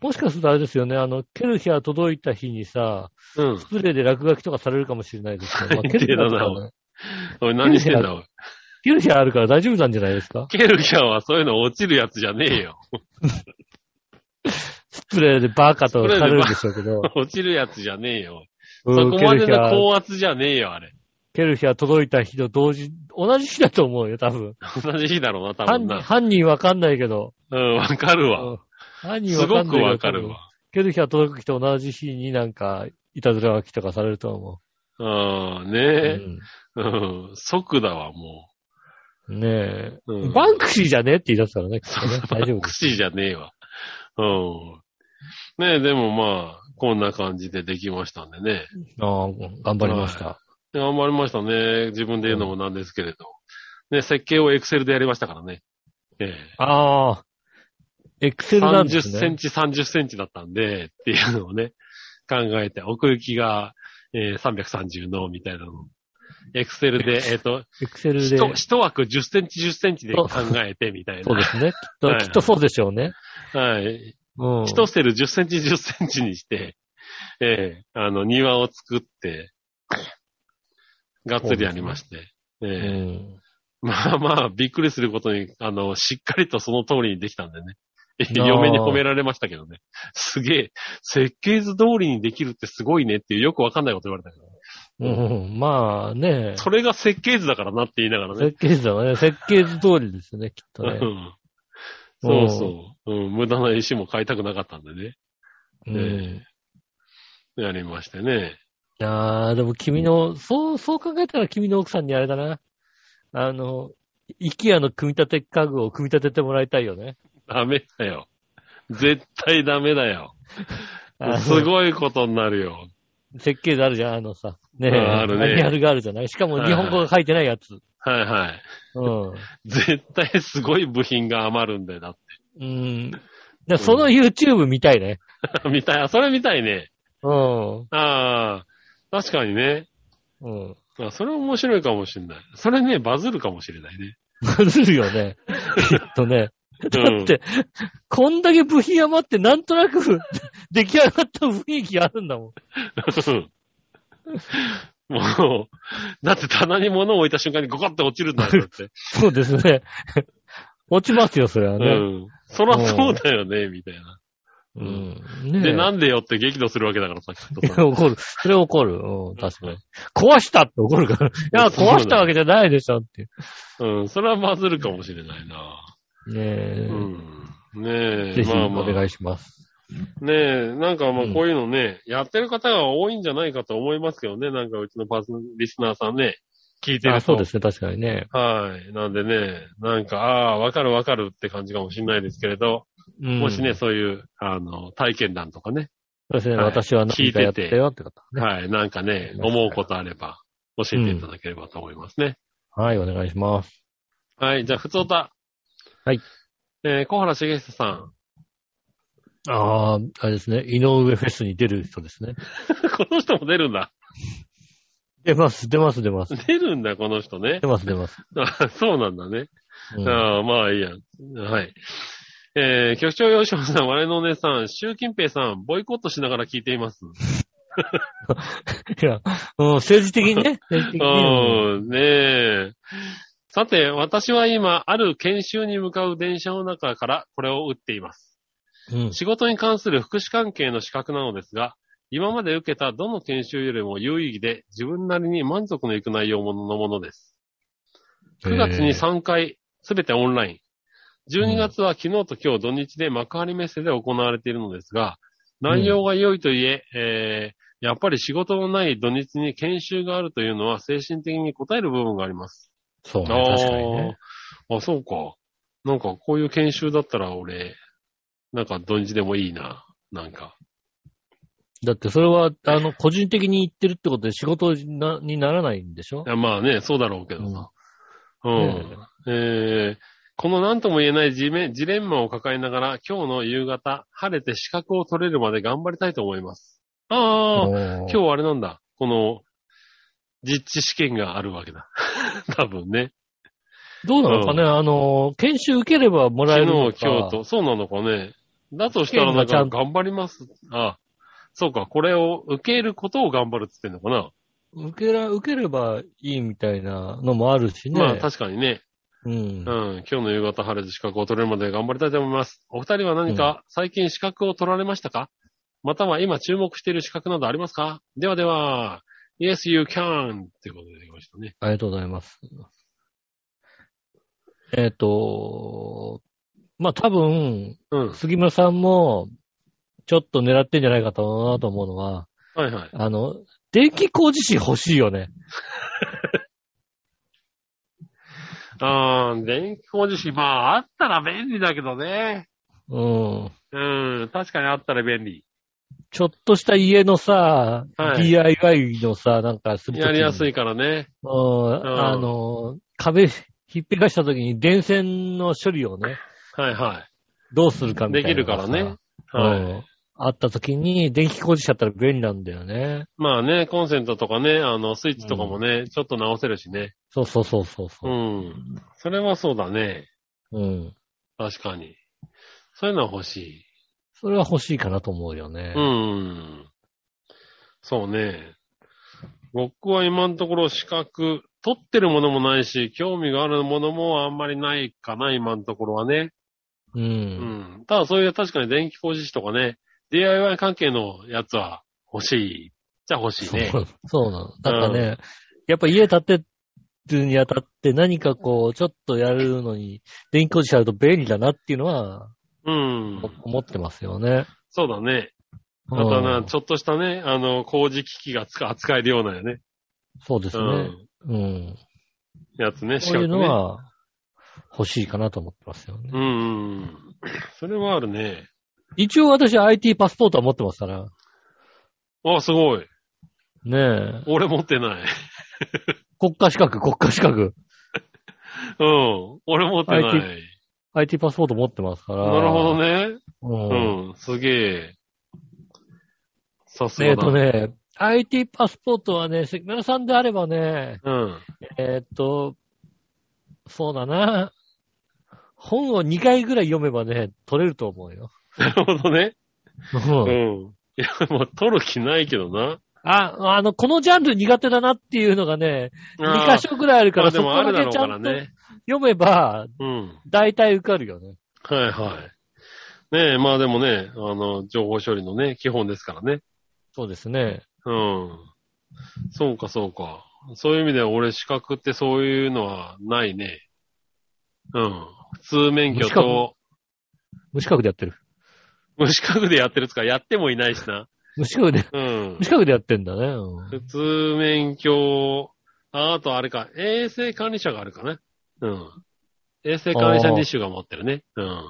[SPEAKER 2] もしかするとあれですよね、あの、ケルヒャー届いた日にさ、
[SPEAKER 3] うん
[SPEAKER 2] ス。プレーで落書きとかされるかもしれないですけど、まあ、
[SPEAKER 3] 最低
[SPEAKER 2] ケルヒャー
[SPEAKER 3] だな
[SPEAKER 2] とかね
[SPEAKER 3] おい、何してんだ、おい。
[SPEAKER 2] ケルヒャーあるから大丈夫なんじゃないですか
[SPEAKER 3] ケルキャーはそういうの落ちるやつじゃねえよ。
[SPEAKER 2] スプレーでバカと書かれるんでしょうけど、
[SPEAKER 3] 落ちるやつじゃねえよ。 そ
[SPEAKER 2] うん
[SPEAKER 3] こ
[SPEAKER 2] ケ
[SPEAKER 3] ま
[SPEAKER 2] ル
[SPEAKER 3] で
[SPEAKER 2] ヒャ
[SPEAKER 3] の
[SPEAKER 2] ー、
[SPEAKER 3] 高圧じゃねえよ、あれ。
[SPEAKER 2] ケルヒャー届いた日と同時、同じ日だと思うよ、多分。
[SPEAKER 3] 同じ日だろうな、多
[SPEAKER 2] 犯
[SPEAKER 3] 分
[SPEAKER 2] 人、
[SPEAKER 3] な。
[SPEAKER 2] 犯人わかんないけど。
[SPEAKER 3] うん、わかる
[SPEAKER 2] う
[SPEAKER 3] わ。
[SPEAKER 2] ん犯人
[SPEAKER 3] す
[SPEAKER 2] わ
[SPEAKER 3] ご
[SPEAKER 2] かんないけ
[SPEAKER 3] く
[SPEAKER 2] ど。
[SPEAKER 3] わかる
[SPEAKER 2] 多分
[SPEAKER 3] わ。
[SPEAKER 2] ケルヒャー届く日と同じ日になんか、いたずら書きとかされると思
[SPEAKER 3] うん、
[SPEAKER 2] う。
[SPEAKER 3] ねえ。うん、即だわ、も
[SPEAKER 2] うんねえ、
[SPEAKER 3] うん
[SPEAKER 2] バンクシーじゃねって言い出したらね、きっとね
[SPEAKER 3] う。
[SPEAKER 2] 大丈夫
[SPEAKER 3] ク
[SPEAKER 2] です。
[SPEAKER 3] シーじゃねえわ。うん。ねえ、でもまあ、こんな感じでできましたんでね。
[SPEAKER 2] ああ、頑張りました。
[SPEAKER 3] 頑張りましたね。自分で言うのもなんですけれど。ね、設計をエクセルでやりましたからね。ええ
[SPEAKER 2] ああ、エクセルなんで
[SPEAKER 3] 30
[SPEAKER 2] すね。
[SPEAKER 3] センチ、30センチだったんで、っていうのをね、考えて、奥行きが、えー330の、みたいなのをエクセルで、えっ、と、
[SPEAKER 2] エクセルで。
[SPEAKER 3] 一一枠10センチ10センチで考えてみたい
[SPEAKER 2] そうで
[SPEAKER 3] な。
[SPEAKER 2] すね。きっと、
[SPEAKER 3] はい
[SPEAKER 2] きっとそうでしょうね。
[SPEAKER 3] はい。
[SPEAKER 2] うん。
[SPEAKER 3] 一セル10センチ10センチにして、ええあの、庭を作って、がっつりやりまして。
[SPEAKER 2] う
[SPEAKER 3] ええ
[SPEAKER 2] ん。
[SPEAKER 3] まあまあ、びっくりすることに、あの、しっかりとその通りにできたんでね。
[SPEAKER 2] あー
[SPEAKER 3] 嫁に褒められましたけどね。すげえ、設計図通りにできるってすごいねっていうよくわかんないこと言われたけど。
[SPEAKER 2] うん、まあね。
[SPEAKER 3] それが設計図だからなって言いながらね。
[SPEAKER 2] 設計図はね、設計図通りですね、きっと
[SPEAKER 3] う
[SPEAKER 2] ね。
[SPEAKER 3] んそうそう、うん。無駄な石も買いたくなかったんでね。
[SPEAKER 2] うん。い
[SPEAKER 3] やりましてね。
[SPEAKER 2] やー、でも君の、そう、そう考えたら君の奥さんにあれだな。あの、イケアの組み立て家具を組み立ててもらいたいよね。
[SPEAKER 3] ダメだよ。絶対ダメだよ。
[SPEAKER 2] あの
[SPEAKER 3] すごいことになるよ。
[SPEAKER 2] 設計図あるじゃん、あのさ。ねえ。
[SPEAKER 3] ああるね
[SPEAKER 2] マニュアルがあるじゃない。しかも日本語が書いてないやつ。
[SPEAKER 3] はいはい。
[SPEAKER 2] うん。
[SPEAKER 3] 絶対すごい部品が余るんだよ。だっ
[SPEAKER 2] うん。でその YouTube 見たいね。
[SPEAKER 3] て 見たい。あそれ見たいね。
[SPEAKER 2] うん。
[SPEAKER 3] ああ、確かにね。
[SPEAKER 2] うん。
[SPEAKER 3] あそれ面白いかもしれない。それね、バズるかもしれないね。
[SPEAKER 2] バズるよね。きっとね。 だ
[SPEAKER 3] うん
[SPEAKER 2] って、こんだけ部品余ってなんとなく 出来上がった雰囲気があるんだもん。
[SPEAKER 3] もう、だって棚に物を置いた瞬間にゴコって落ちるんだよ、だって。
[SPEAKER 2] そうですね。落ちますよ、それは
[SPEAKER 3] う
[SPEAKER 2] ね。
[SPEAKER 3] ん。そらそうだよね、みたいな。
[SPEAKER 2] うん。ねえ
[SPEAKER 3] で、なんでよって激怒するわけだからさ、きっ
[SPEAKER 2] い
[SPEAKER 3] と
[SPEAKER 2] や
[SPEAKER 3] さ。
[SPEAKER 2] 怒る。それ怒る。うん、確かに。壊したって怒るから。いや、壊したわけじゃないでしょって。
[SPEAKER 3] うん、それはバズるかもしれないな。
[SPEAKER 2] ね
[SPEAKER 3] うん。ね
[SPEAKER 2] え。
[SPEAKER 3] え、
[SPEAKER 2] ぜひ、
[SPEAKER 3] まあ
[SPEAKER 2] お
[SPEAKER 3] まあ。
[SPEAKER 2] 願いします。
[SPEAKER 3] ねえ、なんかまあ
[SPEAKER 2] うん
[SPEAKER 3] こういうのね、やってる方が多いんじゃないかと思いますけどね、なんかうちのパーソリスナーさんね、聞いてると。
[SPEAKER 2] あ、そうですね、確かにね。
[SPEAKER 3] はい。なんでね、なんか、ああ、わかるわかるって感じかもしれないですけれど、
[SPEAKER 2] うん
[SPEAKER 3] もしね、、そういう、あの、体験談とかね、
[SPEAKER 2] そうですね、
[SPEAKER 3] はい
[SPEAKER 2] 私は何かやったよって方。
[SPEAKER 3] はい、なんか ね、
[SPEAKER 2] はい
[SPEAKER 3] 思うことあれば、教えていただければと思いますね。
[SPEAKER 2] はい、お願いします。
[SPEAKER 3] はい、じゃあ、ふつおた。
[SPEAKER 2] はい。
[SPEAKER 3] えー、小原茂久さん。
[SPEAKER 2] ああ、あれですね、井上フェスに出る人ですね。
[SPEAKER 3] この人も出るんだ。
[SPEAKER 2] 出ます、出ます、出ます。
[SPEAKER 3] 出るんだ、この人ね
[SPEAKER 2] 出。ます、出ます。
[SPEAKER 3] あ そうなんだね。
[SPEAKER 2] うん
[SPEAKER 3] ああ、まあいいや。はい。えー、局長吉本さん、我のお姉さん、習近平さん、ボイコットしながら聞いています。
[SPEAKER 2] いや、うん政治的に ね。政治的に。
[SPEAKER 3] うん、ねえ。さて、私は今、ある研修に向かう電車の中からこれを打っています。
[SPEAKER 2] うん
[SPEAKER 3] 仕事に関する福祉関係の資格なのですが、今まで受けたどの研修よりも有意義で、自分なりに満足のいく内容もののものです。9月に3回、すべてオンライン。12月は昨日と今日土日で幕張メッセで行われているのですが、内容が良いといえ、えーやっぱり仕事のない土日に研修があるというのは精神的に応える部分があります。
[SPEAKER 2] そうね、
[SPEAKER 3] あー
[SPEAKER 2] 確かにね。
[SPEAKER 3] あ、そうか。なんかこういう研修だったら俺、なんか土日でもいいな。なんか。
[SPEAKER 2] だってそれは、あの、個人的に言ってるってことで仕事になにならないんでしょ
[SPEAKER 3] いやまあね、そうだろうけどさ。うん。
[SPEAKER 2] ね
[SPEAKER 3] えーこの何とも言えないジメジレンマを抱えながら、今日の夕方、晴れて資格を取れるまで頑張りたいと思います。あ
[SPEAKER 2] 今
[SPEAKER 3] あ、今日はあれなんだ。この、実地試験があるわけだ。 多分ね。
[SPEAKER 2] どうなのかね、あの、研修受ければもらえ
[SPEAKER 3] 昨
[SPEAKER 2] る
[SPEAKER 3] 日
[SPEAKER 2] のか。、
[SPEAKER 3] 今日と、そうなのかね。だとしたらな
[SPEAKER 2] 試験が
[SPEAKER 3] ん
[SPEAKER 2] ちゃ
[SPEAKER 3] か
[SPEAKER 2] んと
[SPEAKER 3] 頑張ります。あそうか、これを受けることを頑張るって言ってんのか
[SPEAKER 2] 受けら、受ければいいみたいなのもあるしね。
[SPEAKER 3] な。まあ確かにね。
[SPEAKER 2] うん
[SPEAKER 3] う。ん、今日の夕方晴れて資格を取れるまで頑張りたいと思います。お二人は何か最近資格を取られましたか、または今注目している資格などありますかではでは、Yes, you can! ってことでできましたね。
[SPEAKER 2] ありがとうございます。えっ、と、まあ多分、
[SPEAKER 3] うん。
[SPEAKER 2] 杉村さんも、ちょっと狙ってんじゃないかとなと思うのは、
[SPEAKER 3] はいはい。
[SPEAKER 2] あの、電気工事士欲しいよね。
[SPEAKER 3] あー、電気工事士、まああったら便利だけどね。
[SPEAKER 2] うん。
[SPEAKER 3] うん、確かにあったら便利。
[SPEAKER 2] ちょっとした家のさ、
[SPEAKER 3] はい
[SPEAKER 2] DIY のさ、なんかするとき
[SPEAKER 3] や
[SPEAKER 2] に
[SPEAKER 3] りやすいからね。
[SPEAKER 2] うん、あの、壁、ひっぺかしたときに電線の処理をね、
[SPEAKER 3] はいは
[SPEAKER 2] どうするか
[SPEAKER 3] い。
[SPEAKER 2] みた
[SPEAKER 3] で
[SPEAKER 2] いな。
[SPEAKER 3] きるからね。
[SPEAKER 2] う
[SPEAKER 3] はい。
[SPEAKER 2] ん。あった時に、電気工事車ったら便利なんだよね。
[SPEAKER 3] まあね、コンセントとかね、あの、スイッチとかもね、ちょっと直せるしね。
[SPEAKER 2] そうそうそうそう
[SPEAKER 3] う
[SPEAKER 2] そう。
[SPEAKER 3] ん。それはそうだね。
[SPEAKER 2] うん。
[SPEAKER 3] 確かに。そういうのは欲し
[SPEAKER 2] それは欲しいかなと思うよね
[SPEAKER 3] い。う。ん。そうね。僕は今のところ資格、取ってるものもないし、興味があるものもあんまりないかな、今のところはね。
[SPEAKER 2] う。
[SPEAKER 3] うんん。ただそういう確かに電気工事士とかね、DIY 関係のやつは欲しい。じゃ欲しいね
[SPEAKER 2] そ。うそうなの。だからね、やっぱ家建てるにあたって何かこう、ちょっとやるのに、電気工事車あると便利だなっていうのは、
[SPEAKER 3] うん。
[SPEAKER 2] 僕思ってますよね。
[SPEAKER 3] そうだね。
[SPEAKER 2] うん
[SPEAKER 3] またな、ちょっとしたね、あの、工事機器がつか扱えるようなね。
[SPEAKER 2] そうです
[SPEAKER 3] う
[SPEAKER 2] ね。
[SPEAKER 3] ん。
[SPEAKER 2] うん。
[SPEAKER 3] やつね、
[SPEAKER 2] そういうの
[SPEAKER 3] ね。
[SPEAKER 2] は、欲しいかなと思ってますよ
[SPEAKER 3] う
[SPEAKER 2] ね。
[SPEAKER 3] んうん。それはあるね。
[SPEAKER 2] 一応私 IT パスポートは持ってますから。
[SPEAKER 3] あ、すごい。
[SPEAKER 2] ねえ。
[SPEAKER 3] 俺持ってない。
[SPEAKER 2] 国家資格、国家資格。
[SPEAKER 3] うん。俺持ってない。
[SPEAKER 2] IT パスポート持ってますから。
[SPEAKER 3] なるほどね。う
[SPEAKER 2] ね。
[SPEAKER 3] ん。すげえ。さす
[SPEAKER 2] うん。え
[SPEAKER 3] が
[SPEAKER 2] っ、と
[SPEAKER 3] だ。
[SPEAKER 2] ね、IT パスポートはね、関村さんであればね、
[SPEAKER 3] うん。
[SPEAKER 2] えっ、と、そうだな。本を2回ぐらい読めばね、取れると思うよ。
[SPEAKER 3] なるほどね。
[SPEAKER 2] うん
[SPEAKER 3] うん。いや、もう取る気ないけどな。
[SPEAKER 2] あ、あの、このジャンル苦手だなっていうのがね、2
[SPEAKER 3] あー
[SPEAKER 2] 箇所ぐらいあるか
[SPEAKER 3] まあ
[SPEAKER 2] ら、
[SPEAKER 3] で
[SPEAKER 2] そこ
[SPEAKER 3] もあ
[SPEAKER 2] ま
[SPEAKER 3] る
[SPEAKER 2] で
[SPEAKER 3] だろう
[SPEAKER 2] ちゃ
[SPEAKER 3] から
[SPEAKER 2] んと
[SPEAKER 3] ね。
[SPEAKER 2] 読めば、
[SPEAKER 3] うん。
[SPEAKER 2] 大体受かるよね。
[SPEAKER 3] はいはい。ねえ、まあでもね、あの、情報処理のね、基本ですからね。
[SPEAKER 2] そうですね。
[SPEAKER 3] うん。そうか、そうか。そういう意味では俺資格ってそういうのはないね。うん。普通免許と、
[SPEAKER 2] 無資格でやってる。
[SPEAKER 3] 無資格でやってるっつか、やってもいないしな。
[SPEAKER 2] 無資格で、
[SPEAKER 3] うん
[SPEAKER 2] 無。資格でやってんだね。うん
[SPEAKER 3] 普通免許、ああとあれか、衛生管理者があるかな。うん。衛生管理者2種が持ってるね。うん。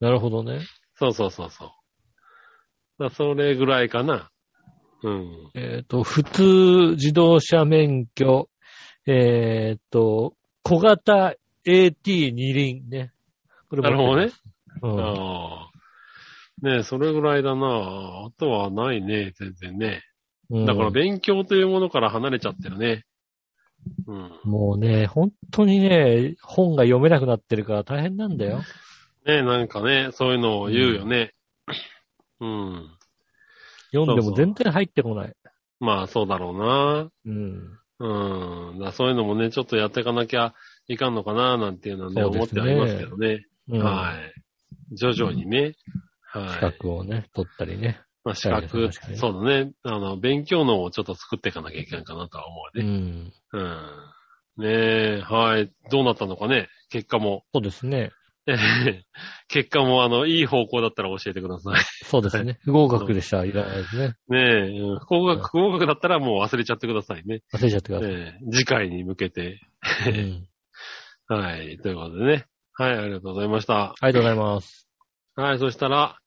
[SPEAKER 2] なるほどね。
[SPEAKER 3] そうそうそうそう。だそれぐらいかな。うん。
[SPEAKER 2] えっ、と、普通自動車免許、えっ、と、小型 AT 二輪ね。これ
[SPEAKER 3] なるほどね。。
[SPEAKER 2] うん。
[SPEAKER 3] ああ。ねえ、それぐらいだな。あとはないね、全然ね。
[SPEAKER 2] うん
[SPEAKER 3] だから勉強というものから離れちゃってるね。うん。
[SPEAKER 2] もうね、本当にね、本が読めなくなってるから大変なんだよ。
[SPEAKER 3] ねえ、なんかね、そういうのを言うよね。うん。
[SPEAKER 2] 読んで
[SPEAKER 3] そ
[SPEAKER 2] も
[SPEAKER 3] うそう
[SPEAKER 2] 全然入ってこない。
[SPEAKER 3] まあ、そうだろうな。
[SPEAKER 2] うん。
[SPEAKER 3] うん。だそういうのもね、ちょっとやっていかなきゃいかんのかな、なんていうのはね、
[SPEAKER 2] そうですね
[SPEAKER 3] 思ってありますけどね。
[SPEAKER 2] うん。
[SPEAKER 3] はい。徐々にね。
[SPEAKER 2] 資
[SPEAKER 3] はい。
[SPEAKER 2] 格をね、取ったりね。
[SPEAKER 3] まあ、資格、
[SPEAKER 2] 確かに
[SPEAKER 3] そうだね。あの、勉強のをちょっと作っていかなきゃいけないかなとは思う
[SPEAKER 2] う
[SPEAKER 3] ね。
[SPEAKER 2] ん。
[SPEAKER 3] うん。ねえ、はい。どうなったのかね、結果も。
[SPEAKER 2] そうですね。
[SPEAKER 3] えへへ結果も、あの、いい方向だったら教えてください。
[SPEAKER 2] そうですね。不合格でしたらいらないですね。
[SPEAKER 3] ねえ、うん不合格、不合格だったらもう忘れちゃってくださいね。
[SPEAKER 2] 忘れちゃってください。
[SPEAKER 3] ええ次回に向けて。
[SPEAKER 2] うん
[SPEAKER 3] はい。ということでね。はい、ありがとうございました。
[SPEAKER 2] ありがとうございます。
[SPEAKER 3] はい、そしたら、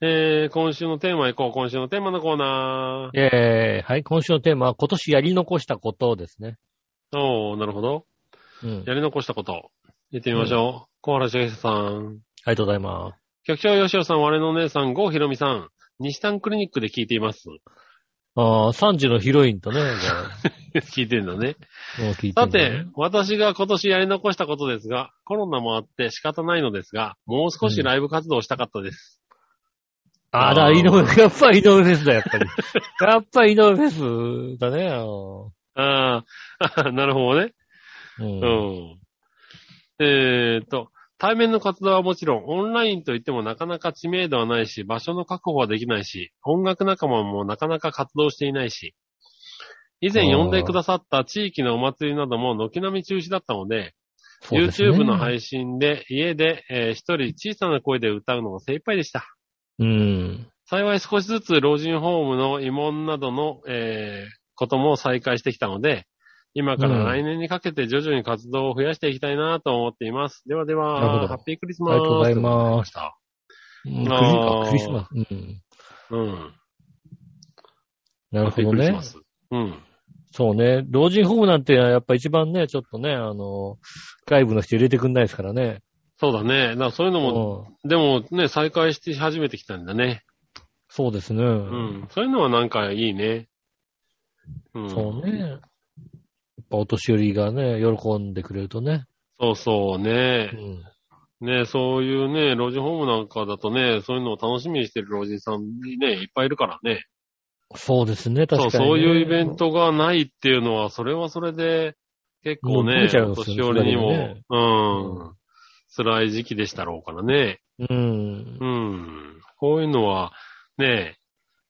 [SPEAKER 3] えー、今週のテーマいこう。今週のテーマのコーナー。
[SPEAKER 2] えー、はい、今週のテーマは今年やり残したことですね。
[SPEAKER 3] おー、なるほど。
[SPEAKER 2] うん。あ
[SPEAKER 3] やり残したこと。行ってみましょう。小原茂さん。
[SPEAKER 2] りがとうございます。
[SPEAKER 3] 局長吉尾さん、我のお姉さん、郷ひろみさん。西丹クリニックで聞いています。
[SPEAKER 2] ああ、3時のヒロインとね、じゃ
[SPEAKER 3] 聞いてんだね。
[SPEAKER 2] あもう聞いて
[SPEAKER 3] さ
[SPEAKER 2] みる
[SPEAKER 3] て、私が今年やり残したことですが、コロナもあって仕方ないのですが、もう少しライブ活動をしたかったです。
[SPEAKER 2] あら、井上、やっぱり井上フェスだ、やっぱり。 やっぱり井上フェスだね、あの
[SPEAKER 3] ああ、 なるほどね。
[SPEAKER 2] う。
[SPEAKER 3] うんん。えーっと、対面の活動はもちろん、オンラインといってもなかなか知名度はないし、場所の確保はできないし、音楽仲間もなかなか活動していないし、以前呼んでくださった地域のお祭りなども軒並み中止だったので、
[SPEAKER 2] そうですね
[SPEAKER 3] YouTube の配信で家で、えー一人小さな声で歌うのが精一杯でした。
[SPEAKER 2] うん。
[SPEAKER 3] 幸い少しずつ老人ホームの慰問などの、えーことも再開してきたので、今から来年にかけて徐々に活動を増やしていきたいなと思っています。ではで
[SPEAKER 2] なるほ
[SPEAKER 3] は、
[SPEAKER 2] ど
[SPEAKER 3] ハッピークリス
[SPEAKER 2] あ
[SPEAKER 3] マス。
[SPEAKER 2] りがとうござい
[SPEAKER 3] ありがとうござい
[SPEAKER 2] ま。
[SPEAKER 3] ますした。
[SPEAKER 2] うん
[SPEAKER 3] あー
[SPEAKER 2] クリスマス。うん。
[SPEAKER 3] うん。
[SPEAKER 2] な
[SPEAKER 3] ハ
[SPEAKER 2] る
[SPEAKER 3] ッ
[SPEAKER 2] ほ
[SPEAKER 3] ピー
[SPEAKER 2] ど
[SPEAKER 3] クリス
[SPEAKER 2] ね
[SPEAKER 3] マ。ス。うん。
[SPEAKER 2] そうね。老人ホームなんてやっぱ一番ね、ちょっとね、あの、外部の人入れてくんないですからね。
[SPEAKER 3] そうだね。だからそういうのも、
[SPEAKER 2] うん
[SPEAKER 3] でもね、再開して始めてきたんだね。
[SPEAKER 2] そうですね。
[SPEAKER 3] うん。そういうのはなんかいいね。うん。
[SPEAKER 2] そうね。やっぱお年寄りがね、喜んでくれるとね。
[SPEAKER 3] そうそうね
[SPEAKER 2] う。ん。
[SPEAKER 3] ねそういうね、老人ホームなんかだとね、そういうのを楽しみにしてる老人さんにね、いっぱいいるからね。
[SPEAKER 2] そうですね、
[SPEAKER 3] そ
[SPEAKER 2] 確
[SPEAKER 3] う、
[SPEAKER 2] かにね、
[SPEAKER 3] そういうイベントがないっていうのは、それはそれで、結構
[SPEAKER 2] もう
[SPEAKER 3] ね
[SPEAKER 2] 出、ちゃうん
[SPEAKER 3] お
[SPEAKER 2] です
[SPEAKER 3] 年
[SPEAKER 2] よ
[SPEAKER 3] 寄りにも、
[SPEAKER 2] ね
[SPEAKER 3] うん、辛い時期でしたろうからね。
[SPEAKER 2] うん
[SPEAKER 3] う。ん。こういうのは、ね、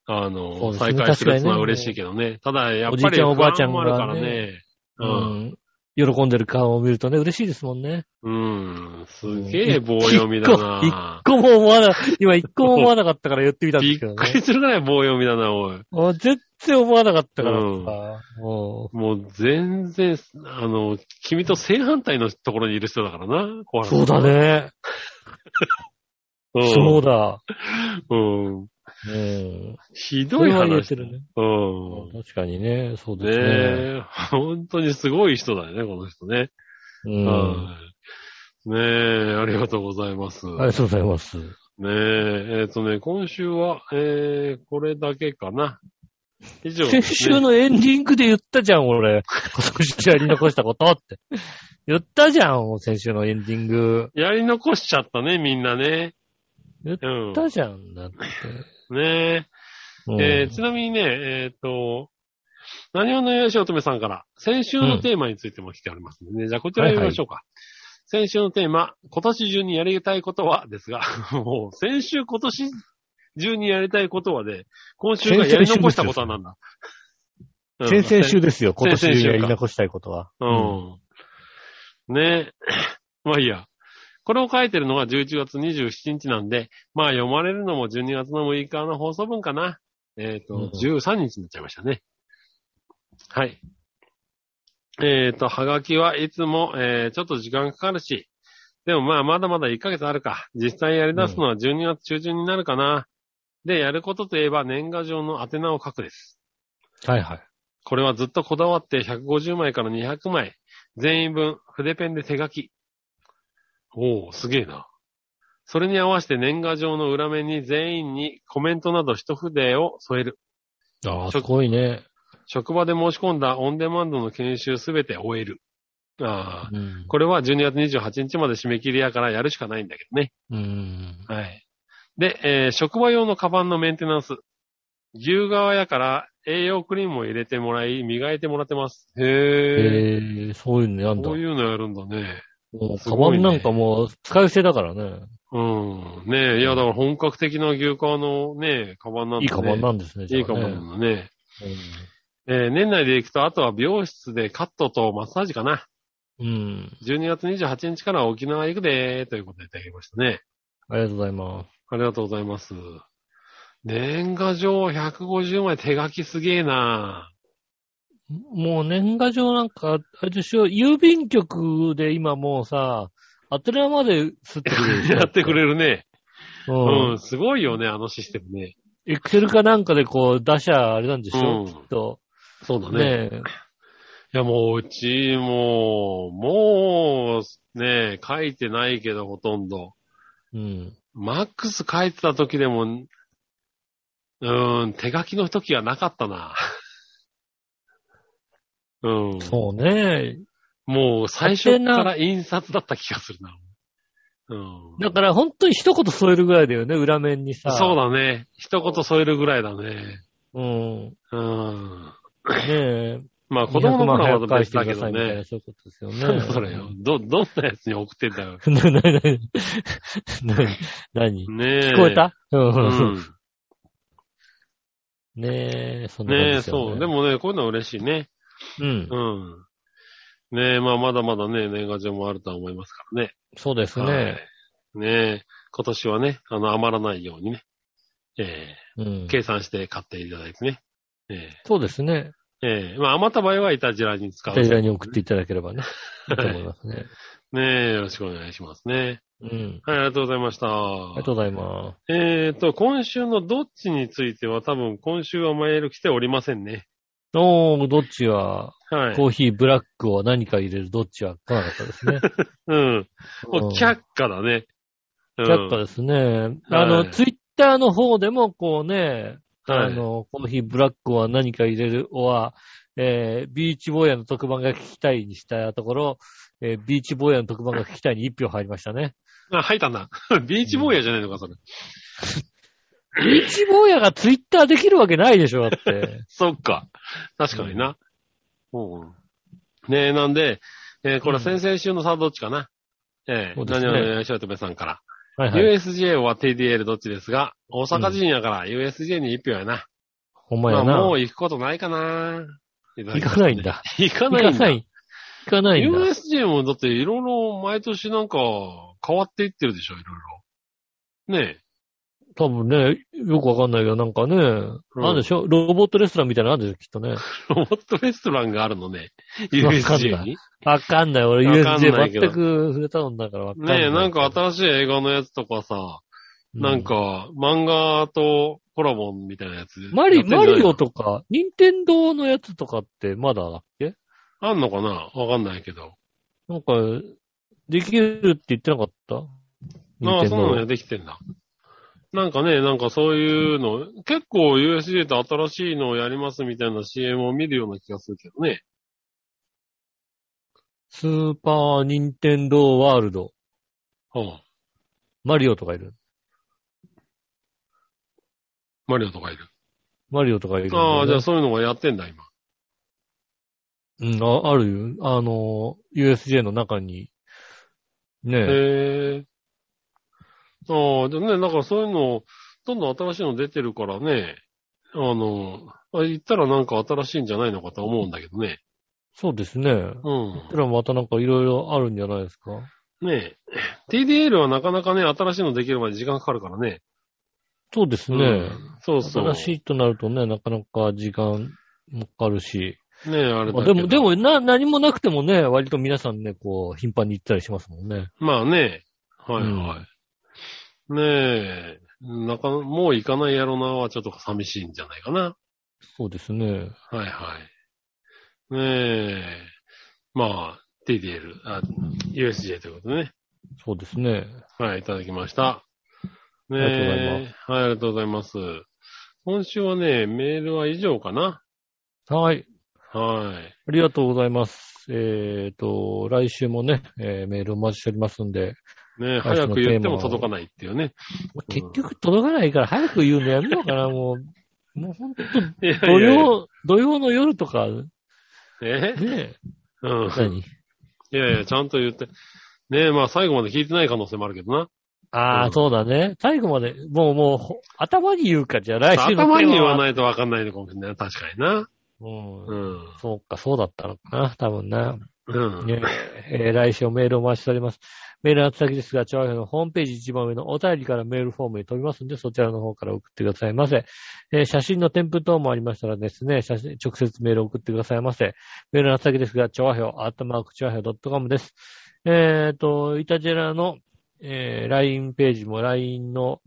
[SPEAKER 3] あの、
[SPEAKER 2] そうですね
[SPEAKER 3] 再開するの
[SPEAKER 2] 確かに
[SPEAKER 3] は
[SPEAKER 2] ね
[SPEAKER 3] 嬉しいけどね。ただ、やっ
[SPEAKER 2] おじ
[SPEAKER 3] ぱ
[SPEAKER 2] い
[SPEAKER 3] り
[SPEAKER 2] ちゃんおばあちゃん
[SPEAKER 3] 不
[SPEAKER 2] が
[SPEAKER 3] 安もあ
[SPEAKER 2] ね
[SPEAKER 3] るからね。
[SPEAKER 2] う
[SPEAKER 3] うん。
[SPEAKER 2] ん。喜んでる顔を見るとね、嬉しいですもんね。
[SPEAKER 3] うん。すげえ棒読みだな
[SPEAKER 2] 一。個も思わな、今一個も思わなかったから言ってみたんで
[SPEAKER 3] びっ
[SPEAKER 2] すけど
[SPEAKER 3] く
[SPEAKER 2] ね。
[SPEAKER 3] りするぐらい棒読みだな、おい。
[SPEAKER 2] もう全然思わなかったからさ、
[SPEAKER 3] うん
[SPEAKER 2] も
[SPEAKER 3] もう全然、あの、君と正反対のところにいる人だからな、小
[SPEAKER 2] う。
[SPEAKER 3] 原さん
[SPEAKER 2] そうだ。ね。
[SPEAKER 3] ん
[SPEAKER 2] そうだ。
[SPEAKER 3] うん。
[SPEAKER 2] うん。
[SPEAKER 3] ひ
[SPEAKER 2] そ
[SPEAKER 3] どい
[SPEAKER 2] れは言え
[SPEAKER 3] 話
[SPEAKER 2] て
[SPEAKER 3] だ。
[SPEAKER 2] るね。
[SPEAKER 3] うん。
[SPEAKER 2] 確かにね、そう
[SPEAKER 3] ね
[SPEAKER 2] ですね。
[SPEAKER 3] え、本当にすごい人だよね、この人ね。
[SPEAKER 2] う。
[SPEAKER 3] うん
[SPEAKER 2] あ
[SPEAKER 3] ん。ねえ、ありがとうございます。
[SPEAKER 2] りがとうございます。
[SPEAKER 3] ねえ、えっ、とね、今週は、えー、これだけかな。以上、ね。
[SPEAKER 2] 先週のエンディングで言ったじゃん、俺。今年やり残したことって。言ったじゃん、もう先週のエンディング。
[SPEAKER 3] やり残しちゃったね、みんなね。
[SPEAKER 2] え
[SPEAKER 3] うん
[SPEAKER 2] 言っ。たじゃん、だって。
[SPEAKER 3] ね
[SPEAKER 2] う
[SPEAKER 3] え。
[SPEAKER 2] ん
[SPEAKER 3] えーちなみにね、えっ、と、何をのよしおとめさんから、先週のテーマについても来ておりますのでね、じゃあこちら読みましょうか。先週のテーマ、今年中にやりたいことは、ですが、 もう先週今年中にやりたいことはで、今週がやり残したことはなんだ。
[SPEAKER 2] 先々週ですよ、今
[SPEAKER 3] 先
[SPEAKER 2] 年
[SPEAKER 3] 々週か
[SPEAKER 2] やり残したいことは。
[SPEAKER 3] うん。ねえ。 まあいいや。これを書いてるのが11月27日なんで、まあ読まれるのも12月の6日の放送分かな。えっ、と、
[SPEAKER 2] うん
[SPEAKER 3] 13日になっちゃいましたね。はい。えっ、と、はがきはいつも、えーちょっと時間かかるし、でもまあまだまだ1ヶ月あるか。実際やり出すのは12月中旬になるかな。で、やることといえば年賀状の宛名を書くです。
[SPEAKER 2] はいはい。
[SPEAKER 3] これはずっとこだわって150枚から200枚、全員分筆ペンで手書き。おー、すげえな。それに合わせて年賀状の裏面に全員にコメントなど一筆を添える。
[SPEAKER 2] ああ、
[SPEAKER 3] ち
[SPEAKER 2] す
[SPEAKER 3] ょ
[SPEAKER 2] ごいね。
[SPEAKER 3] 職場で申し込んだオンデマンドの研修すべて終える。ああ、
[SPEAKER 2] うん
[SPEAKER 3] これは12月28日まで締め切りやからやるしかないんだけどね。
[SPEAKER 2] うん。
[SPEAKER 3] はい。で、えー職場用のカバンのメンテナンス。牛側やから栄養クリームを入れてもらい、磨いてもらってます。へ
[SPEAKER 2] えー、そういうのや
[SPEAKER 3] ー。
[SPEAKER 2] んだ
[SPEAKER 3] こう。いうのやるんだね。
[SPEAKER 2] もう
[SPEAKER 3] す
[SPEAKER 2] カ
[SPEAKER 3] ご
[SPEAKER 2] バ
[SPEAKER 3] いね
[SPEAKER 2] ンなんかもう使い捨てだからね。
[SPEAKER 3] うん。ねえ、いや、だから本格的な牛革のね、カバンなんだね。
[SPEAKER 2] いいカバンなんですね、じゃあね
[SPEAKER 3] いいカバンなんだね。
[SPEAKER 2] う
[SPEAKER 3] えー年内で行くと、あとは美容室でカットとマッサージかな。
[SPEAKER 2] ん。うん。
[SPEAKER 3] 12月28日から沖縄行くでー、ということでいただきましたね。
[SPEAKER 2] ありがとうございま
[SPEAKER 3] ありがとうございます。年賀状150枚手書きすげえな
[SPEAKER 2] す。もう年賀状なんか、あれでしょ、郵便局で今もうさ、アテナまで吸ってくれるで しょ
[SPEAKER 3] やってくれるね。
[SPEAKER 2] う
[SPEAKER 3] うんん、。すごいよね、あのシステムね。
[SPEAKER 2] エクセルかなんかでこう、打者あれなんでしょ、
[SPEAKER 3] うん
[SPEAKER 2] きっと。
[SPEAKER 3] そうだね。
[SPEAKER 2] ねえ。
[SPEAKER 3] いや、もう、うち、もう、もう、ね、書いてないけど、ほとんど。
[SPEAKER 2] うん。
[SPEAKER 3] マックス書いてた時でも、うーん、手書きの時はなかったな。 うん。
[SPEAKER 2] そうね。
[SPEAKER 3] もう、最初から印刷だった気がするな。うん。
[SPEAKER 2] だから本当に一言添えるぐらいだよね、裏面にさ。
[SPEAKER 3] そうだね。一言添えるぐらいだね。
[SPEAKER 2] うん。
[SPEAKER 3] うん。
[SPEAKER 2] ねえ。
[SPEAKER 3] まあ、子供の頃
[SPEAKER 2] 200万早
[SPEAKER 3] はま
[SPEAKER 2] く
[SPEAKER 3] だ
[SPEAKER 2] 返し
[SPEAKER 3] 別
[SPEAKER 2] てくだ
[SPEAKER 3] だけ
[SPEAKER 2] さ
[SPEAKER 3] ど
[SPEAKER 2] いみたい
[SPEAKER 3] ね
[SPEAKER 2] な、。そういうことですよ
[SPEAKER 3] なん
[SPEAKER 2] ね。
[SPEAKER 3] だ それよ。ど、どんなやつに送ってんだよ。
[SPEAKER 2] なななな何
[SPEAKER 3] ねえ。
[SPEAKER 2] 聞こえたう。
[SPEAKER 3] うんん。
[SPEAKER 2] ねえ、そんな
[SPEAKER 3] ね
[SPEAKER 2] 感
[SPEAKER 3] え、
[SPEAKER 2] じすよ
[SPEAKER 3] そう。で、もね、こういうのは嬉しいね。
[SPEAKER 2] うん
[SPEAKER 3] う。ん。ねえ、まあ、まだまだね、年賀状もあるとは思いますからね。
[SPEAKER 2] そうです
[SPEAKER 3] はい
[SPEAKER 2] ね。。
[SPEAKER 3] ねえ、今年はね、あの、余らないようにね、え
[SPEAKER 2] うん
[SPEAKER 3] ー、計算して買っていただいてね。え
[SPEAKER 2] そうですね。
[SPEAKER 3] ー、えー、まあ、余った場合はいたじらに使う。
[SPEAKER 2] 大体に送っていただければね。いいと思いますね。
[SPEAKER 3] ねえ、よろしくお願いしますね。
[SPEAKER 2] うん。
[SPEAKER 3] はい、ありがとうございました。
[SPEAKER 2] ありがとうございま
[SPEAKER 3] えっ、と、今週のどっちについては多分今週はメール来ておりませんね。
[SPEAKER 2] す。おー、どっちは、
[SPEAKER 3] はい。
[SPEAKER 2] コーヒー、ブラックを何か入れる、どっちは来なかったです ね。
[SPEAKER 3] うん。
[SPEAKER 2] うん
[SPEAKER 3] もう却下だね。うん
[SPEAKER 2] 却下ですね。あ
[SPEAKER 3] は
[SPEAKER 2] の、
[SPEAKER 3] い
[SPEAKER 2] ツイッターの方でも、こうね、
[SPEAKER 3] はい
[SPEAKER 2] あの、この日ブラックは何か入れる、おは、えー、ビーチボーイヤーの特番が聞きたいにしたところ、えー、ビーチボーイヤーの特番が聞きたいに1票入りましたね。
[SPEAKER 3] あ、入ったんだ。 ビーチボーイヤーじゃないのか、それ。
[SPEAKER 2] ビーチボーイヤーがツイッターできるわけないでしょ、だって。
[SPEAKER 3] そっか。確かにな。うん。ねえ、なんで、えーこれは先々週のさ、どっちかな。ええ
[SPEAKER 2] そうです
[SPEAKER 3] 何
[SPEAKER 2] ね
[SPEAKER 3] をね、しおとめさんから。
[SPEAKER 2] はいはい。
[SPEAKER 3] USJ は TDL どっちですが、大阪人やから USJ に1票やな。
[SPEAKER 2] ほんまや
[SPEAKER 3] まあ、も
[SPEAKER 2] な。
[SPEAKER 3] う行くことないかな。行
[SPEAKER 2] 行かないん。だ。
[SPEAKER 3] 行か
[SPEAKER 2] 行
[SPEAKER 3] ない
[SPEAKER 2] か
[SPEAKER 3] んだ
[SPEAKER 2] な。い。行かないんだ。
[SPEAKER 3] USJ もだっていろいろ毎年なんか変わっていってるでしょ、いろいろ。ねえ。
[SPEAKER 2] 多分ね、よくわかんないけど、なんかね、なんでしょロボットレストランみたいなのあるでしょ、きっとね。
[SPEAKER 3] ロボットレストランがあるのね。
[SPEAKER 2] わかんない
[SPEAKER 3] USJ に。
[SPEAKER 2] わかんない。俺
[SPEAKER 3] わかん
[SPEAKER 2] USJ
[SPEAKER 3] ないけど
[SPEAKER 2] 全く触れたもんだからわかんない。
[SPEAKER 3] ねえ、なんか新しい映画のやつとかさ、
[SPEAKER 2] う、
[SPEAKER 3] なんか漫画とコラボみたいなやつ。
[SPEAKER 2] マリ、
[SPEAKER 3] やってんじゃ
[SPEAKER 2] マ
[SPEAKER 3] ないの
[SPEAKER 2] リオとか、ニンテンドーのやつとかってまだだっけ
[SPEAKER 3] あんのかなわかんないけど。
[SPEAKER 2] なんか、できるって言ってなかった
[SPEAKER 3] ああ、そうなの
[SPEAKER 2] や
[SPEAKER 3] や、できてんだ。なんかね、なんかそういうの、結構 USJ と新しいのをやりますみたいな CM を見るような気がするけどね。
[SPEAKER 2] スーパーニンテンドーワールド、
[SPEAKER 3] うん。
[SPEAKER 2] マリオとかいる。
[SPEAKER 3] マリオとかいる。
[SPEAKER 2] マリオとかいる、
[SPEAKER 3] ああ、じゃあそういうのがやってんだ、今。
[SPEAKER 2] うん、ああるよ。あの、USJ の中に。ねえ。
[SPEAKER 3] へえ。ああ、でもね、なんかそういうの、どんどん新しいの出てるからね、あの、あ言ったらなんか新しいんじゃないのかと思うんだけどね。
[SPEAKER 2] そうですね。
[SPEAKER 3] うん。
[SPEAKER 2] これもまたなんかいろいろあるんじゃないですか。
[SPEAKER 3] ねえ。TDL はなかなかね、新しいのできるまで時間かかるからね。
[SPEAKER 2] そうですね。
[SPEAKER 3] うんそうそう。
[SPEAKER 2] 新しいとなるとね、なかなか時間もかかるし。
[SPEAKER 3] ねえ、あれだけ
[SPEAKER 2] まあ
[SPEAKER 3] ど
[SPEAKER 2] でも、でもな、何もなくてもね、割と皆さんね、こう、頻繁に行ったりしますもんね。
[SPEAKER 3] まあね。はいはい。ねえ。なか、もう行かないやろなはちょっと寂しいんじゃないかな。
[SPEAKER 2] そうですね。
[SPEAKER 3] はいはい。ねえ。まあ、TDL、あ USJ ということでね。
[SPEAKER 2] そうですね。
[SPEAKER 3] はい、いただきました。ね
[SPEAKER 2] ありがとうござい
[SPEAKER 3] え。はい、ありがとうございます。今週はね、メールは以上かな。
[SPEAKER 2] はい。
[SPEAKER 3] はい。
[SPEAKER 2] ありがとうございます。えっ、と、来週もね、えーメールお待ちしておりますんで、
[SPEAKER 3] ね
[SPEAKER 2] は
[SPEAKER 3] え、
[SPEAKER 2] い
[SPEAKER 3] 早く言っても
[SPEAKER 2] そのテーマを
[SPEAKER 3] 届かないっていうね。
[SPEAKER 2] 結局届かないから早く言うのやめようかな、 もう。もうほんと、
[SPEAKER 3] いやい
[SPEAKER 2] 土
[SPEAKER 3] やいや
[SPEAKER 2] 曜、土曜の夜とか、ね
[SPEAKER 3] え
[SPEAKER 2] え、
[SPEAKER 3] うん。
[SPEAKER 2] 何
[SPEAKER 3] いやいや、ちゃんと言って。ねえ、まあ最後まで聞いてない可能性もあるけどな。
[SPEAKER 2] ああ、
[SPEAKER 3] うん
[SPEAKER 2] そうだね。最後まで、もうもうほ、頭に言うか、じゃあ来週の
[SPEAKER 3] 頭に言わ
[SPEAKER 2] い。
[SPEAKER 3] ないとわかんないのかもしれない。確かにな。
[SPEAKER 2] うん
[SPEAKER 3] うん。
[SPEAKER 2] そうか、そうだったのかな、多分な。
[SPEAKER 3] うん。
[SPEAKER 2] ねえー来週もメールをお待ちしております。メールの宛先ですが、チャワヘのホームページ一番上のお便りからメールフォームに飛びますんで、そちらの方から送ってくださいませ。えー写真の添付等もありましたらですね、写真、直接メールを送ってくださいませ。メールの宛先ですが、チャワヘオ、アットマークチャワヘオ .com です。えっ、と、イタジェラの、えー LINE ページも LINE の、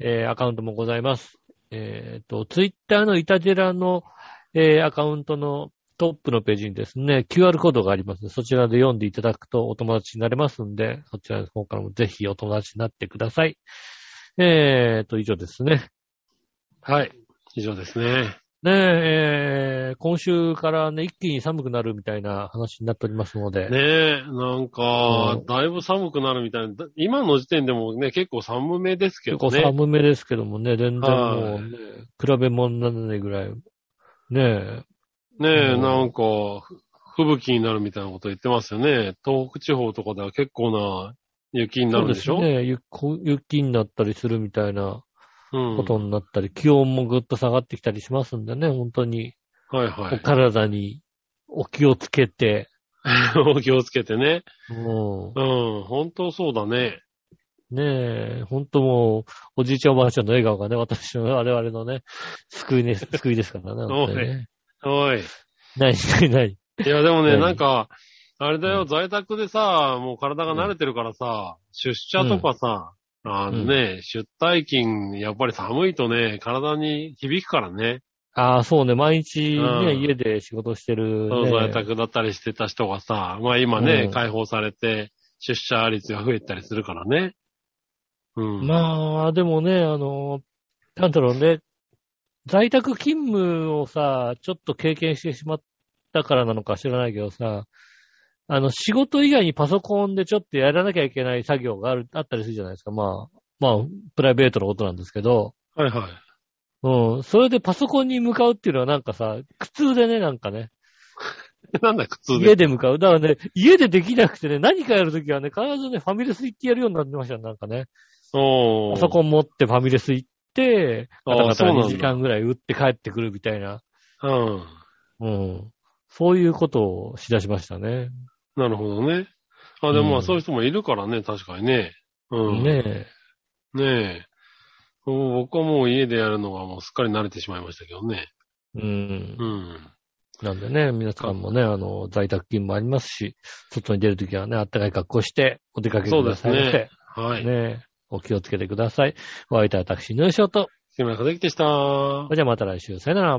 [SPEAKER 2] えーアカウントもございます。えっ、と、Twitter のイタジェラの、えーアカウントのトップのページにですね、QR コードがありますので、そちらで読んでいただくとお友達になれますんで、そちらの方からもぜひお友達になってください。えーと、以上ですね。
[SPEAKER 3] はい。以上ですね。
[SPEAKER 2] ねえ、えー今週からね、一気に寒くなるみたいな話になっておりますので、
[SPEAKER 3] ねえ、なんか
[SPEAKER 2] う、ん
[SPEAKER 3] だいぶ寒くなるみたいな。だ今の時点でもね、結構寒めですけ
[SPEAKER 2] 結
[SPEAKER 3] ど
[SPEAKER 2] 構
[SPEAKER 3] ね。
[SPEAKER 2] 寒めですけどもね、全然も、
[SPEAKER 3] はいう
[SPEAKER 2] ね、比べ物にならないぐらい、ね
[SPEAKER 3] ねえ、
[SPEAKER 2] うん
[SPEAKER 3] なんか、ふ吹雪になるみたいなこと言ってますよね。東北地方とかでは結構な雪に
[SPEAKER 2] え、
[SPEAKER 3] なるでしょ
[SPEAKER 2] そうですねゆこ雪になったりするみたいな
[SPEAKER 3] う
[SPEAKER 2] ことになったり、気温もぐっと下がってきたりしますんでね、本当に。
[SPEAKER 3] ん。はいは
[SPEAKER 2] お
[SPEAKER 3] い。
[SPEAKER 2] 体にお気をつけて、
[SPEAKER 3] お 気をつけてね。
[SPEAKER 2] も
[SPEAKER 3] うん、本当そうだね。
[SPEAKER 2] う、ねえ、ほんともう、おじいちゃんおばあちゃんの笑顔がね、私の我々のね、救い ね、救いですからね。
[SPEAKER 3] そうね
[SPEAKER 2] 本当にね。
[SPEAKER 3] おい。
[SPEAKER 2] ない、ない、ない。
[SPEAKER 3] いや、でもね、
[SPEAKER 2] うん
[SPEAKER 3] なんか、あれだ
[SPEAKER 2] う
[SPEAKER 3] よ、在宅でさ、もう体が慣れてるからさ、出社とかさ、あのね、出退勤、やっぱり寒いとね、体に響くからね。
[SPEAKER 2] ああ、そうね、毎日ね、
[SPEAKER 3] うん
[SPEAKER 2] 家で仕事してる、
[SPEAKER 3] そう在
[SPEAKER 2] ね。
[SPEAKER 3] 宅だったりしてた人がさ、まあ今ね、
[SPEAKER 2] うん
[SPEAKER 3] 解放されて、出社率が増えたりするからね。うん。
[SPEAKER 2] まあ、でもね、あの、なんだろうね、在宅勤務をさ、ちょっと経験してしまったからなのか知らないけどさ、あの、仕事以外にパソコンでちょっとやらなきゃいけない作業がある、あったりするじゃないですか。まあ、まあ、プライベートのことなんですけど、
[SPEAKER 3] はいはい。
[SPEAKER 2] うん、それでパソコンに向かうっていうのはなんかさ、苦痛でね、なんかね。
[SPEAKER 3] なんだ、苦痛で。
[SPEAKER 2] 家で向かう。だからね、家でできなくてね、何かやるときはね、必ずね、ファミレス行ってやるようになってましたよなんかね。
[SPEAKER 3] お
[SPEAKER 2] パ
[SPEAKER 3] ー。
[SPEAKER 2] ソコン持ってファミレス行って、
[SPEAKER 3] あ
[SPEAKER 2] ガ
[SPEAKER 3] ー
[SPEAKER 2] タガタ
[SPEAKER 3] そうなんだ
[SPEAKER 2] 2時間ぐらい打って帰ってくるみたいな。
[SPEAKER 3] うん。
[SPEAKER 2] うん。そういうことをしだしましたね。
[SPEAKER 3] なるほどね。あ、でもま
[SPEAKER 2] う
[SPEAKER 3] あ
[SPEAKER 2] ん
[SPEAKER 3] そういう人もいるからね、確かにね。うん。
[SPEAKER 2] ねえ。
[SPEAKER 3] ねえ。もう僕はもう家でやるのがもうすっかり慣れてしまいましたけどね。
[SPEAKER 2] うん
[SPEAKER 3] う。ん。
[SPEAKER 2] なんでね、皆さんもね、あの、在宅勤務ありますし、外に出るときはね、あったかい格好して、お出かけくださいま
[SPEAKER 3] そうで
[SPEAKER 2] せ。
[SPEAKER 3] はい。
[SPEAKER 2] ねえお気をつけてください。お相手は私、ヌーショット。
[SPEAKER 3] 木村和樹でした。
[SPEAKER 2] それじゃあまた来週、さよなら。